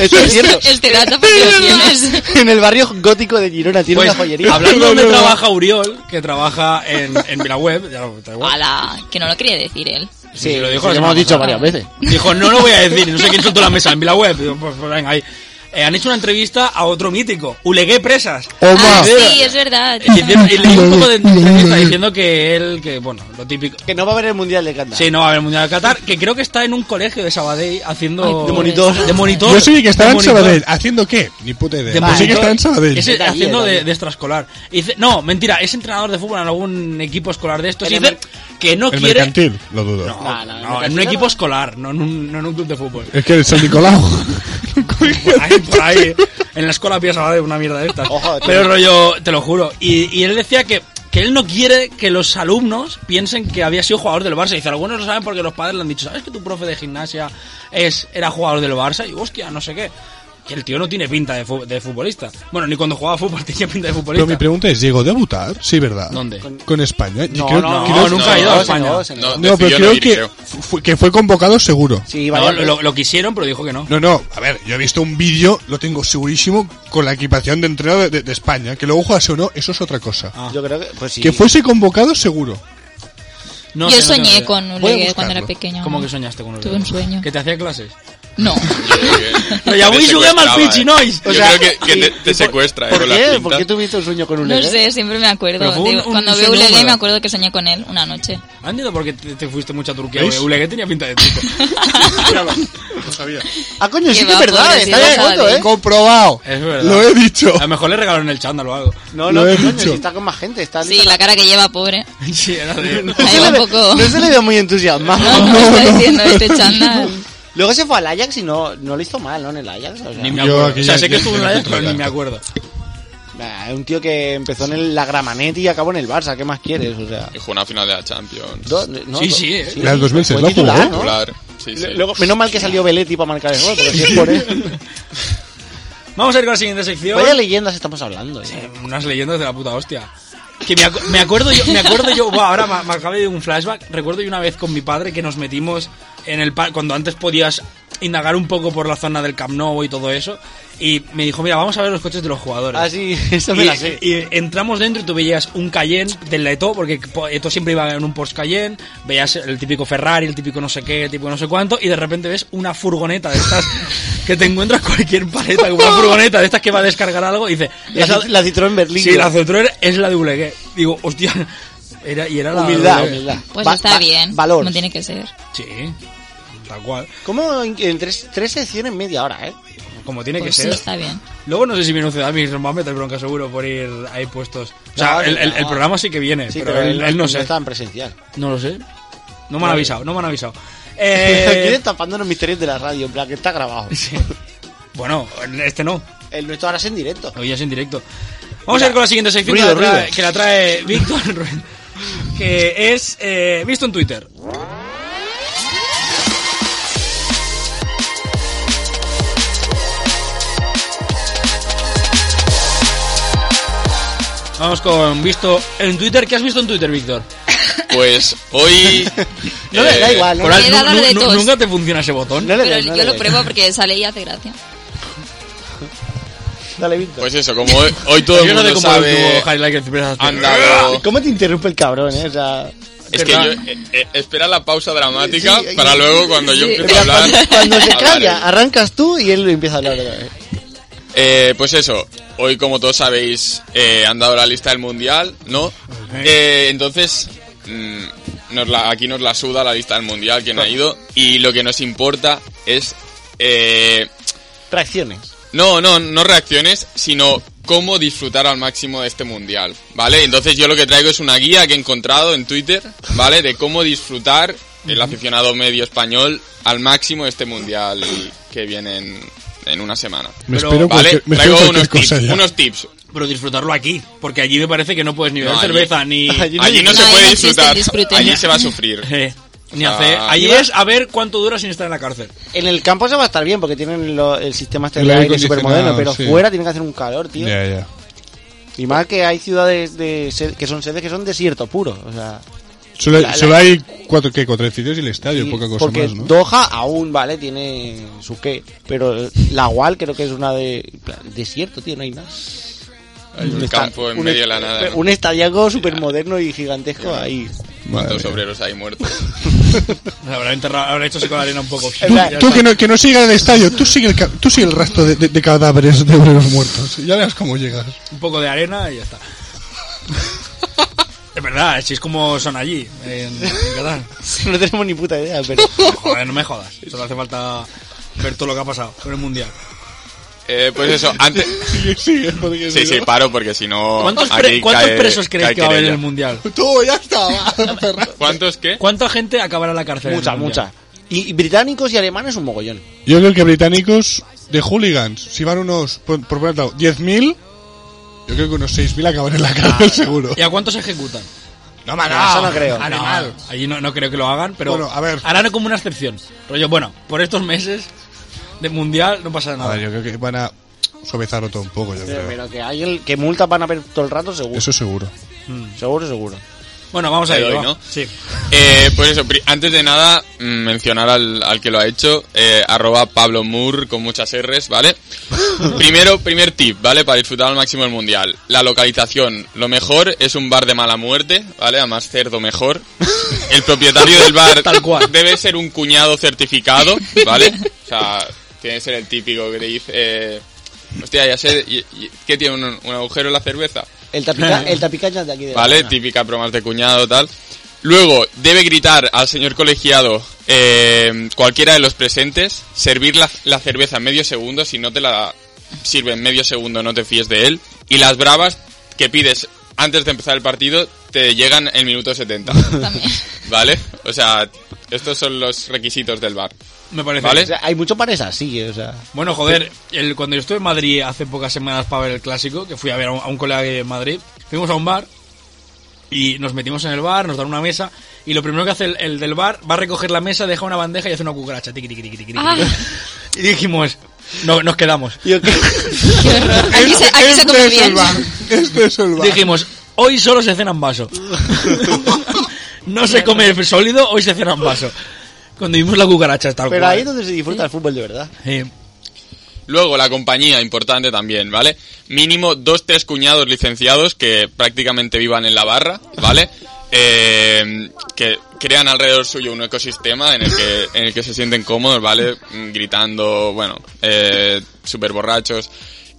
Speaker 4: Eso es cierto.
Speaker 5: Este, este dato porque lo tienes.
Speaker 4: En el barrio gótico de Girona tiene
Speaker 2: Pues,
Speaker 4: una joyería.
Speaker 2: Hablando donde trabaja Uriol, que trabaja en, en Vilaweb, ya lo da igual.
Speaker 5: Ala, que no lo quería decir él.
Speaker 4: Sí,
Speaker 2: se lo dijo
Speaker 4: sí,
Speaker 2: la
Speaker 4: hemos
Speaker 2: semana
Speaker 4: dicho
Speaker 2: pasada.
Speaker 4: varias veces.
Speaker 2: Dijo, no lo voy a decir, no sé quién soltó la mesa en Vilaweb. Digo, Pues, pues venga, ahí. Eh, han hecho una entrevista a otro mítico, Ulegué Presas.
Speaker 6: Oh.
Speaker 5: Ah, sí, es verdad.
Speaker 2: Y, hicieron- y le hizo un poco de entrevista diciendo que él, que bueno, lo típico.
Speaker 4: Que no va a haber el Mundial de Qatar.
Speaker 2: Sí, no va a haber Mundial de Qatar, que creo que está en un colegio de Sabadell haciendo...
Speaker 5: Ay, de monitor.
Speaker 2: De monitor.
Speaker 6: Yo sí que estaba
Speaker 2: de
Speaker 6: en
Speaker 2: monitor.
Speaker 6: Sabadell. ¿Haciendo qué? Ni puta idea.
Speaker 2: De
Speaker 6: Pues sí que
Speaker 2: monitor.
Speaker 6: estaba en Sabadell.
Speaker 2: Ese-
Speaker 4: De taller,
Speaker 2: haciendo de,
Speaker 4: taller.
Speaker 2: de extraescolar. Y dice- no, mentira, es entrenador de fútbol en algún equipo escolar de estos.
Speaker 4: En
Speaker 2: Y
Speaker 4: el
Speaker 2: dice que no
Speaker 6: El
Speaker 2: quiere.
Speaker 6: mercantil, lo dudo.
Speaker 2: No,
Speaker 4: No, no,
Speaker 2: no,
Speaker 4: el
Speaker 2: en
Speaker 4: mercantil
Speaker 2: un
Speaker 4: no.
Speaker 2: equipo escolar, no en un, no en un club de fútbol.
Speaker 6: Es que el San Nicolau.
Speaker 2: Por ahí, por ahí. En la escuela pillas a de una mierda de estas.
Speaker 4: Ojo, tío.
Speaker 2: Pero rollo, te lo juro. Y, y él decía que, que él no quiere que los alumnos piensen que había sido jugador del Barça. Dice, algunos lo saben porque los padres le han dicho, ¿sabes que tu profe de gimnasia es, era jugador del Barça? Y hostia, no sé qué. Que el tío no tiene pinta de, fu- de futbolista. Bueno, ni cuando jugaba a fútbol tenía pinta de
Speaker 6: Pero mi
Speaker 2: futbolista.
Speaker 6: pregunta es: ¿llegó a debutar? Sí, ¿verdad?
Speaker 2: ¿Dónde?
Speaker 6: Con, con España. Yo
Speaker 4: No,
Speaker 6: creo-
Speaker 4: no,
Speaker 6: creo-
Speaker 2: no, nunca ha ido a
Speaker 4: No,
Speaker 2: España.
Speaker 4: no, se no.
Speaker 3: No,
Speaker 6: no, pero
Speaker 3: decidió no
Speaker 6: creo
Speaker 3: ir,
Speaker 6: que,
Speaker 3: creo.
Speaker 6: fu- que fue convocado seguro.
Speaker 4: Sí,
Speaker 2: No,
Speaker 4: varias
Speaker 2: lo, lo- lo quisieron, pero dijo que no.
Speaker 6: No, no, a ver, yo he visto un vídeo, lo tengo segurísimo, con la equipación de entrenador de, de- de España. Que luego jugase o no, eso es otra cosa.
Speaker 2: Ah.
Speaker 4: veces. Yo creo que. Pues sí.
Speaker 6: Que fuese convocado seguro.
Speaker 2: No
Speaker 5: Yo
Speaker 2: sé, no tengo
Speaker 5: soñé
Speaker 2: idea.
Speaker 5: con un
Speaker 6: Voy a
Speaker 5: legue cuando era
Speaker 6: buscarlo.
Speaker 5: pequeña.
Speaker 2: ¿Cómo que soñaste con un
Speaker 5: Tuve un sueño.
Speaker 2: ¿Que te hacía clases?
Speaker 5: No.
Speaker 2: Lo llamó y subió al
Speaker 3: secuestraba,
Speaker 2: pitch,
Speaker 3: eh.
Speaker 2: ¿no? Y-
Speaker 3: Yo
Speaker 2: o sea,
Speaker 3: creo que, que
Speaker 4: y-
Speaker 3: te,
Speaker 4: y
Speaker 3: te
Speaker 4: por-
Speaker 3: secuestra, eh,
Speaker 4: ¿Por
Speaker 3: con las
Speaker 4: qué?
Speaker 3: pintas.
Speaker 4: ¿Por qué tuviste un sueño con un
Speaker 5: No
Speaker 4: Lele?
Speaker 5: sé, siempre me acuerdo.
Speaker 2: Pero fue un-
Speaker 5: Digo,
Speaker 2: un
Speaker 5: cuando veo
Speaker 2: sueño
Speaker 5: un legue
Speaker 2: raro.
Speaker 5: me acuerdo que soñé con él una noche.
Speaker 2: Ah, Entiendo por qué te, te fuiste mucho a Turquía.
Speaker 6: ¿Veis?
Speaker 2: Ulegué tenía pinta de turco.
Speaker 6: Lo sabía.
Speaker 4: Ah, coño,
Speaker 5: Que
Speaker 4: sí que es
Speaker 5: va,
Speaker 4: verdad.
Speaker 5: pobrecito,
Speaker 4: Está de acuerdo,
Speaker 5: sabe.
Speaker 4: ¿eh?
Speaker 6: Comprobado.
Speaker 2: Es verdad.
Speaker 6: Lo he dicho.
Speaker 2: A lo mejor le regalaron el chándal o algo.
Speaker 4: No, no,
Speaker 6: Lo he
Speaker 4: coño,
Speaker 6: dicho.
Speaker 4: si está con más gente. Está
Speaker 5: Sí, la cara que lleva, pobre.
Speaker 2: Sí, era de...
Speaker 5: Ahí va un poco.
Speaker 4: No se le veo muy entusiasmado.
Speaker 5: No, como está diciendo este chándal.
Speaker 4: Luego se fue al Ajax y no, no lo hizo mal, ¿no? En el Ajax. O sea,
Speaker 2: Ni me
Speaker 6: Yo
Speaker 2: acuerdo.
Speaker 6: aquí
Speaker 2: o sea,
Speaker 6: ya-
Speaker 2: sé que
Speaker 6: ya-
Speaker 2: estuvo
Speaker 6: ya
Speaker 2: en
Speaker 6: no
Speaker 2: la
Speaker 6: te
Speaker 2: pero ni
Speaker 6: tanto.
Speaker 2: me acuerdo.
Speaker 4: nah, un tío que empezó en el- la Gramanet y acabó en el Barça. ¿Qué más quieres? O sea.
Speaker 3: Que jugó una final de la Champions. Ah,
Speaker 4: do- no,
Speaker 2: Sí,
Speaker 4: do-
Speaker 2: sí, eh.
Speaker 6: La del
Speaker 4: Fue
Speaker 6: 2006 la jugó.
Speaker 4: titular, ¿no?
Speaker 3: Popular. Sí, sí.
Speaker 4: Le- Luego, menos mal que salió Beletti para marcar el gol, porque si es por él.
Speaker 2: Vamos a ir con la siguiente sección.
Speaker 4: Vaya leyendas estamos hablando. ¿eh?
Speaker 2: Eh, Unas leyendas de la puta hostia. Que me, acu- me acuerdo yo, me acuerdo yo, buah, ahora me, me acabé de un flashback. Recuerdo yo una vez con mi padre que nos metimos en el par cuando antes podías indagar un poco por la zona del Camp Nou y todo eso. Y me dijo, mira, vamos a ver los coches de los jugadores.
Speaker 4: Ah, sí, eso me
Speaker 2: y, eh,
Speaker 4: la sé.
Speaker 2: y entramos dentro y tú veías un Cayenne del Leto, porque po- Eto'o siempre iba en un Porsche Cayenne, veías el típico Ferrari, el típico no sé qué, el típico no sé cuánto, y de repente ves una furgoneta de estas que te encuentras cualquier paleta, una furgoneta de estas que va a descargar algo y dice...
Speaker 4: La Cit- la Citroën Berlín.
Speaker 2: Sí, la Citroën es la de Ulegué. Digo, hostia... Era, y era la de
Speaker 4: Humildad,
Speaker 2: Ulegué.
Speaker 4: humildad.
Speaker 5: Pues
Speaker 4: Va-
Speaker 5: está
Speaker 4: va-
Speaker 5: bien.
Speaker 4: valor.
Speaker 5: Como tiene que ser.
Speaker 2: Sí, tal cual.
Speaker 4: ¿Cómo en, en tres, tres secciones media hora, eh?
Speaker 2: Como tiene
Speaker 5: Pues
Speaker 2: que
Speaker 5: sí,
Speaker 2: ser.
Speaker 5: está bien.
Speaker 2: Luego no sé si viene un ciudadano, mis mamá me trae bronca seguro por ir ahí puestos. O sea,
Speaker 4: No,
Speaker 2: el, el- el
Speaker 4: no.
Speaker 2: programa sí que viene,
Speaker 4: Sí,
Speaker 2: pero, él, él no sé.
Speaker 4: está en presencial.
Speaker 2: No lo sé. No me han avisado, no me han avisado.
Speaker 4: Aquí
Speaker 2: Eh,
Speaker 4: tapando los misterios de la radio, en plan que está grabado.
Speaker 2: bueno, este no.
Speaker 4: El nuestro ahora es en directo.
Speaker 2: Hoy es en directo. Vamos a ir con la siguiente sección
Speaker 4: Ruido,
Speaker 2: que, la trae,
Speaker 4: ruido.
Speaker 2: que la trae Víctor, Ruiz, que es eh, visto en Twitter. Vamos con visto en Twitter. ¿Qué has visto en Twitter, Víctor?
Speaker 3: Pues hoy.
Speaker 4: No le da
Speaker 3: eh,
Speaker 4: igual, ¿no?
Speaker 2: Coral,
Speaker 5: Quiere
Speaker 2: nu-
Speaker 5: dar
Speaker 2: nu-
Speaker 5: de
Speaker 2: nu-
Speaker 5: tos.
Speaker 2: nunca te funciona ese botón.
Speaker 4: No le
Speaker 5: Pero
Speaker 4: des, no
Speaker 5: yo
Speaker 4: le
Speaker 5: lo
Speaker 4: des.
Speaker 5: pruebo porque sale y hace gracia.
Speaker 4: Dale, Víctor.
Speaker 3: Pues eso, como hoy, hoy todo el
Speaker 2: yo no sé
Speaker 3: mundo
Speaker 2: cómo
Speaker 3: sabe.
Speaker 2: tuvo highlight que siempre hace.
Speaker 3: Han dado.
Speaker 4: ¿Cómo te interrumpe el cabrón, eh? O sea,
Speaker 3: Es que yo. eh, eh, espera la pausa dramática
Speaker 4: Sí, sí,
Speaker 3: para
Speaker 4: sí.
Speaker 3: luego cuando yo
Speaker 5: Sí.
Speaker 3: empiezo a hablar.
Speaker 4: cuando se
Speaker 3: hablar él.
Speaker 4: calla, arrancas tú y él empieza a hablar otra vez.
Speaker 3: Eh, pues eso, hoy como todos sabéis eh, han dado la lista del mundial, ¿no? Eh, entonces, mm, nos la- aquí nos la suda la lista del mundial, quien ha ido, y lo que nos importa es... eh,
Speaker 4: Tracciones.
Speaker 3: no, no, no reacciones, sino cómo disfrutar al máximo de este mundial, ¿vale? Entonces yo lo que traigo es una guía que he encontrado en Twitter, ¿vale? De cómo disfrutar el aficionado medio español al máximo de este mundial que viene en, en una semana.
Speaker 6: Me
Speaker 2: Pero-
Speaker 6: espero
Speaker 3: Vale,
Speaker 6: cualquier, me espero
Speaker 3: traigo
Speaker 6: cualquier
Speaker 3: unos tips,
Speaker 6: cosa ya.
Speaker 3: unos tips.
Speaker 2: Pero disfrutarlo aquí, porque allí me parece que no puedes ni beber
Speaker 3: No, allí-
Speaker 2: cerveza, ni,
Speaker 4: allí-
Speaker 3: Allí no
Speaker 5: No,
Speaker 3: se
Speaker 5: ahí
Speaker 3: puede
Speaker 5: no existe
Speaker 3: disfrutar,
Speaker 5: el disfrute.
Speaker 3: allí se va a sufrir.
Speaker 2: Eh, ni
Speaker 3: O sea,
Speaker 2: hacer. Allí
Speaker 4: iba-
Speaker 2: es a ver cuánto dura sin estar en la cárcel.
Speaker 4: En el campo se va a estar bien porque tienen lo- el sistema este
Speaker 6: El
Speaker 4: de
Speaker 6: aire
Speaker 4: aire súper
Speaker 6: acondicionado,
Speaker 4: moderno, pero
Speaker 6: sí.
Speaker 4: fuera tiene que hacer un calor, tío.
Speaker 6: Ya, ya.
Speaker 4: Y más que hay ciudades de, sed- que son sedes que son desierto puro. O sea,
Speaker 6: Solo,
Speaker 4: La- la-
Speaker 6: solo hay cuatro, ¿qué? cuatro edificios y el estadio,
Speaker 4: y-
Speaker 6: poca cosa
Speaker 4: porque
Speaker 6: más, ¿no?
Speaker 4: Doha aún, ¿vale? Tiene su qué. Pero la Wal creo que es una de. Desierto, tío, no hay nada.
Speaker 3: Hay un
Speaker 4: Está-
Speaker 3: campo en
Speaker 4: un
Speaker 3: medio de
Speaker 4: est-
Speaker 3: la nada. ¿no?
Speaker 4: Un estadiaco súper moderno y gigantesco ahí.
Speaker 6: Madre
Speaker 3: Cuántos
Speaker 6: mía.
Speaker 3: obreros hay muertos.
Speaker 2: Habrá, enterrado, habrá hecho con la arena un poco.
Speaker 6: Tú,
Speaker 4: Ya
Speaker 6: tú que, no, que no siga el estadio, tú sigue el, ca- tú sigue el rastro de, de- de cadáveres de obreros muertos. Ya verás cómo llegas.
Speaker 2: Un poco de arena y ya está. Es verdad, si es como son allí, en, en Qatar.
Speaker 4: No tenemos ni puta idea, pero.
Speaker 2: Joder, no me jodas. Solo hace falta ver todo lo que ha pasado con el mundial.
Speaker 3: Eh, pues eso, antes...
Speaker 6: Sigue, sigue, porque
Speaker 3: Sí,
Speaker 6: si
Speaker 3: sí,
Speaker 6: no-
Speaker 3: paro porque si no...
Speaker 2: ¿Cuántos,
Speaker 3: Oh, aquí
Speaker 2: pre- cuántos
Speaker 3: cae-
Speaker 2: presos creéis
Speaker 3: cae
Speaker 2: que va a haber en el
Speaker 3: querella.
Speaker 2: mundial?
Speaker 6: Tú, ya está, va, perra.
Speaker 3: ¿Cuántos qué?
Speaker 2: ¿Cuánta gente acabará en la cárcel? en el
Speaker 4: Mucha,
Speaker 2: mundial?
Speaker 4: mucha. Y, y británicos y alemanes un mogollón.
Speaker 6: Yo creo que británicos de hooligans, si van unos, por, por poner dado, 10.000, yo creo que unos 6.000 acaban en la cárcel seguro.
Speaker 2: ¿Y a cuántos ejecutan?
Speaker 6: Ah. No, ma,
Speaker 4: no, eso no creo.
Speaker 2: Ah, no, allí no, no creo que lo hagan, pero
Speaker 6: Bueno, a ver.
Speaker 2: harán como una excepción. Rollo, bueno, por estos meses de mundial no pasa
Speaker 6: A
Speaker 2: nada.
Speaker 6: ver, yo creo que van a suavizarlo todo un poco, yo
Speaker 4: Pero,
Speaker 6: creo.
Speaker 4: que hay el, que multas van a ver todo el rato, seguro.
Speaker 6: Eso seguro.
Speaker 4: Seguro, seguro.
Speaker 2: Bueno, vamos a
Speaker 3: Te
Speaker 2: ir,
Speaker 3: doy,
Speaker 2: va.
Speaker 3: ¿no?
Speaker 2: Sí.
Speaker 3: Eh, pues eso, pri- antes de nada, mm, mencionar al, al que lo ha hecho, eh, arroba Pablo Moore con muchas R's, ¿vale? Primero, primer tip, ¿vale? Para disfrutar al máximo el mundial. La localización. Lo mejor es un bar de mala muerte, ¿vale? A más cerdo mejor. El propietario del bar
Speaker 2: Tal cual.
Speaker 3: debe ser un cuñado certificado, ¿vale? O sea, tiene que ser el típico que te dice... Eh, Hostia, ya sé, y- y- ¿qué tiene un- un agujero en la cerveza?
Speaker 4: El, tapica, el tapicañas de aquí de la
Speaker 3: ¿Vale?
Speaker 4: zona.
Speaker 3: Típica bromas de cuñado, tal. Luego, debe gritar al señor colegiado eh, cualquiera de los presentes, servir la, la cerveza en medio segundo, si no te la sirve en medio segundo no te fíes de él. Y las bravas que pides antes de empezar el partido te llegan en minuto 70,
Speaker 5: También.
Speaker 3: ¿vale? O sea, estos son los requisitos del bar.
Speaker 2: Me parece.
Speaker 3: Vale.
Speaker 4: O sea, hay muchos pares así, o sea.
Speaker 2: Bueno, joder, el, cuando yo estuve en Madrid hace pocas semanas para ver el clásico, que fui a ver a un, a un colega que vive en Madrid, fuimos a un bar y nos metimos en el bar, nos dan una mesa y lo primero que hace el, el del bar va a recoger la mesa, deja una bandeja y hace una cucaracha. tiqui, tiqui, tiqui, tiqui, tiqui.
Speaker 5: Ah.
Speaker 2: Y dijimos, no, nos quedamos.
Speaker 4: Yo que-
Speaker 5: Aquí se, aquí se come
Speaker 6: es el
Speaker 5: bien.
Speaker 6: bar. Este es el bar.
Speaker 2: Dijimos, hoy solo se cena en vaso. no se come sólido, hoy se cena en vaso. Cuando vimos la cucaracha, tal
Speaker 4: Pero
Speaker 2: cual.
Speaker 4: ahí es donde se disfruta el fútbol de verdad.
Speaker 3: Luego, la compañía, importante también, ¿vale? Mínimo dos, tres cuñados licenciados que prácticamente vivan en la barra, ¿vale? Eh, que crean alrededor suyo un ecosistema en el que, en el que se sienten cómodos, ¿vale? Mm, Gritando, bueno, eh, súper borrachos.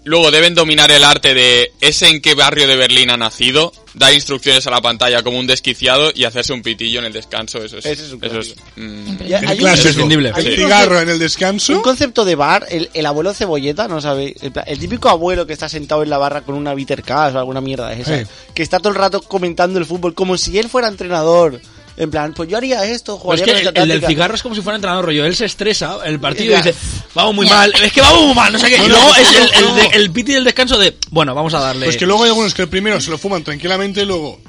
Speaker 3: Luego deben dominar el arte de ese en qué barrio de Berlín ha nacido, dar instrucciones a la pantalla como un desquiciado y hacerse un pitillo en el descanso. Eso es, eso es, mm,
Speaker 6: En clase,
Speaker 3: Sí.
Speaker 6: el cigarro en el descanso.
Speaker 4: Un concepto de bar, el, el abuelo cebolleta, no sabe. El, pla- el típico abuelo que está sentado en la barra con una bitter cash o alguna mierda de esa.
Speaker 6: Sí.
Speaker 4: Que está todo el rato comentando el fútbol como si él fuera entrenador. En plan, pues yo haría esto,
Speaker 2: Pero es
Speaker 4: jugaría
Speaker 2: que
Speaker 4: con
Speaker 2: el,
Speaker 4: esta
Speaker 2: el del
Speaker 4: táctica.
Speaker 2: cigarro es como si fuera entrenador rollo. Él se estresa el partido y
Speaker 4: Ya.
Speaker 2: dice, vamos muy mal, es que vamos muy mal, no sé qué. Y
Speaker 6: No, no,
Speaker 2: luego
Speaker 6: no,
Speaker 2: es el,
Speaker 6: no,
Speaker 2: el, de-
Speaker 6: no.
Speaker 2: el piti del descanso de, bueno, vamos a darle.
Speaker 6: Pues que luego hay algunos que el primero se lo fuman tranquilamente, luego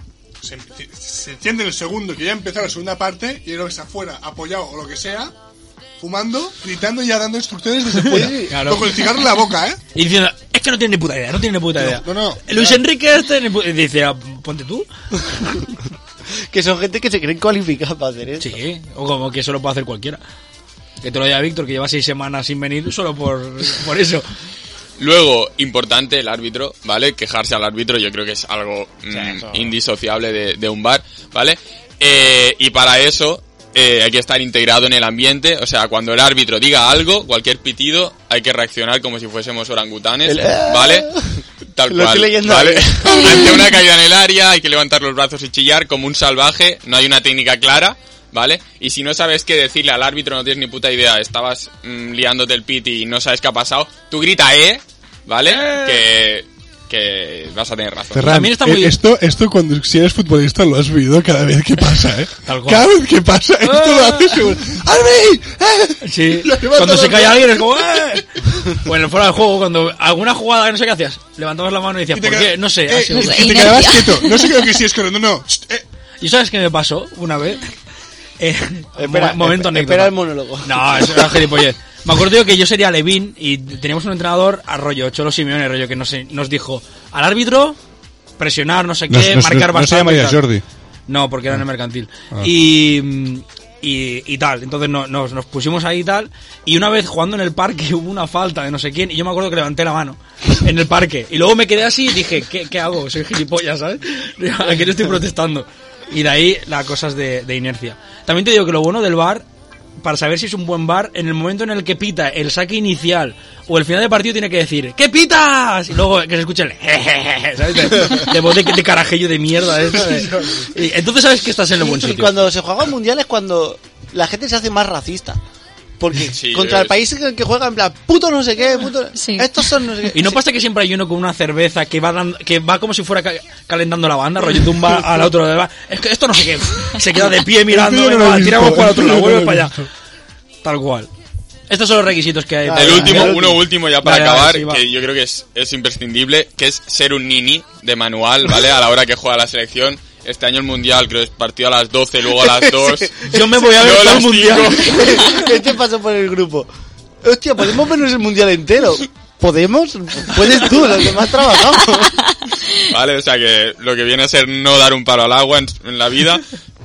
Speaker 6: se, se enciende el segundo, que ya ha empezado la segunda parte, y luego está afuera, apoyado o lo que sea, fumando, gritando y ya dando instrucciones desde fuera.
Speaker 2: Claro.
Speaker 6: Pero Con el cigarro en la boca, ¿eh?
Speaker 2: Y diciendo, es que no tiene ni puta idea, no tiene ni puta idea.
Speaker 6: No, no.
Speaker 2: Luis Enrique este ni pu- y dice, "Ah, ponte tú.
Speaker 4: Que son gente que se creen cualificada para hacer esto.
Speaker 2: Sí, o como que eso lo puede hacer cualquiera. Que te lo diga Víctor, que lleva seis semanas sin venir solo por, por eso.
Speaker 3: Luego, importante el árbitro, ¿vale? Quejarse al árbitro, yo creo que es algo mm,
Speaker 2: eso-
Speaker 3: indisociable de, de un bar, ¿vale? Eh, y para eso eh, hay que estar integrado en el ambiente, o sea, cuando el árbitro diga algo, cualquier pitido, hay que reaccionar como si fuésemos orangutanes,
Speaker 4: El- eh,
Speaker 3: ¿vale? Tal
Speaker 4: Lo
Speaker 3: cual,
Speaker 4: estoy leyendo
Speaker 3: ¿vale? Ante una caída en el área hay que levantar los brazos y chillar como un salvaje, no hay una técnica clara, ¿vale? Y si no sabes qué decirle al árbitro, no tienes ni puta idea, estabas mm, liándote el piti y no sabes qué ha pasado, tú grita, ¿eh? ¿Vale? Que, que vas a tener razón.
Speaker 2: También está muy-
Speaker 6: eh, esto, esto cuando si eres futbolista lo has vivido cada vez que pasa, ¿eh?
Speaker 2: Tal cual. Ah.
Speaker 6: Cada vez que pasa, esto lo haces seguro. ¡Arbi! ¡Eh!
Speaker 2: Sí.
Speaker 6: Lo levanta
Speaker 2: Cuando se
Speaker 6: la
Speaker 2: cae
Speaker 6: mano.
Speaker 2: alguien es como, "Eh". Bueno, fuera de juego, cuando alguna jugada que no sé qué hacías, levantabas la mano y decías,
Speaker 6: Y te
Speaker 2: ¿por
Speaker 6: queda-
Speaker 2: qué? No sé.
Speaker 6: Eh,
Speaker 2: así".
Speaker 5: no sé.
Speaker 6: y te
Speaker 5: Inercia.
Speaker 6: quedabas quieto. No sé qué que sí es correcto. No, no. Shh, eh.
Speaker 2: ¿Y sabes qué me pasó una vez? Eh,
Speaker 4: Espera,
Speaker 2: mo-
Speaker 4: espera,
Speaker 2: momento anécdota.
Speaker 4: espera el monólogo.
Speaker 2: No, eso era gilipollez. Me acuerdo yo que yo sería Levin y teníamos un entrenador a rollo, Cholo Simeone, rollo, que nos, nos dijo al árbitro presionar, no sé qué,
Speaker 6: No se- no se-
Speaker 2: marcar
Speaker 6: no se
Speaker 2: bastante.
Speaker 6: llamaría
Speaker 2: y tal.
Speaker 6: Jordi. Ah.
Speaker 2: No, porque era en el mercantil. Y, mm, y, y tal, entonces no- nos, nos pusimos ahí y tal. Y una vez jugando en el parque hubo una falta de no sé quién y yo me acuerdo que levanté la mano en el parque. Y luego me quedé así y dije, ¿qué, qué hago? Soy gilipollas, ¿sabes? Aquí no estoy protestando. Y de ahí las cosas de, de inercia. También te digo que lo bueno del bar, para saber si es un buen bar, en el momento en el que pita el saque inicial o el final de partido tiene que decir ¡Que pitas! Y luego que se escuche el jejeje, ¿sabes? De, de voz de, de carajillo de mierda. esto de- y entonces sabes que estás en el buen
Speaker 4: Y
Speaker 2: sitio.
Speaker 4: cuando se juega un mundial es cuando la gente se hace más racista. Porque
Speaker 3: Sí,
Speaker 4: contra el
Speaker 3: es-
Speaker 4: país en el que juega, en plan, puto no sé qué, puto.
Speaker 5: Sí.
Speaker 4: Estos son no sé qué.
Speaker 2: Y no pasa que siempre hay uno con una cerveza que va dando- que va como si fuera ca- calentando la banda, rollo tumba al otro lado. Es que esto no sé qué. Se queda de pie mirando,
Speaker 6: Esto yo no lo
Speaker 2: venga,
Speaker 6: he visto,
Speaker 2: tiramos para el otro
Speaker 6: esto
Speaker 2: lado,
Speaker 6: yo no
Speaker 2: vuelve
Speaker 6: lo he
Speaker 2: para allá.
Speaker 6: visto.
Speaker 2: Tal cual. Estos son los requisitos que hay.
Speaker 4: El
Speaker 2: para-
Speaker 3: El último,
Speaker 4: Vale,
Speaker 3: uno
Speaker 4: vale.
Speaker 3: último ya para
Speaker 2: Vale, vale,
Speaker 3: acabar,
Speaker 2: sí, va.
Speaker 3: que yo creo que es, es imprescindible, que es ser un nini de manual, ¿vale? A la hora que juega la selección. Este año el mundial, creo que es partido a las 12, luego a las 2.
Speaker 2: Yo me voy a ver
Speaker 3: luego
Speaker 2: todo el
Speaker 3: las
Speaker 2: mundial.
Speaker 3: 5.
Speaker 4: este pasó por el grupo. Hostia, podemos vernos el mundial entero. ¿Podemos? Puedes tú, los demás trabajamos.
Speaker 3: Vale, o sea que lo que viene a ser no dar un paro al agua en, en la vida.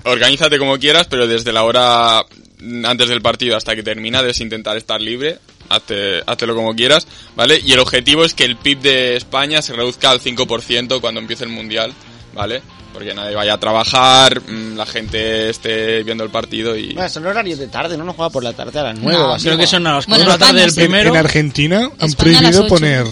Speaker 3: Organízate como quieras, pero desde la hora antes del partido hasta que termina debes intentar estar libre. Hazte, háztelo como quieras, ¿vale? Y el objetivo es que el PIB de España se reduzca al 5% cuando empiece el Mundial, ¿vale? Porque nadie vaya a trabajar, mm, la gente esté viendo el partido y...
Speaker 4: Bueno, son horarios de tarde, no nos juega por la tarde a las 9
Speaker 5: No,
Speaker 4: o así.
Speaker 2: Creo que son a las
Speaker 5: Bueno,
Speaker 2: 4 de la tarde
Speaker 5: España
Speaker 2: del
Speaker 5: sí.
Speaker 2: primero.
Speaker 6: En Argentina han
Speaker 5: España a las
Speaker 6: prohibido
Speaker 5: ocho.
Speaker 6: poner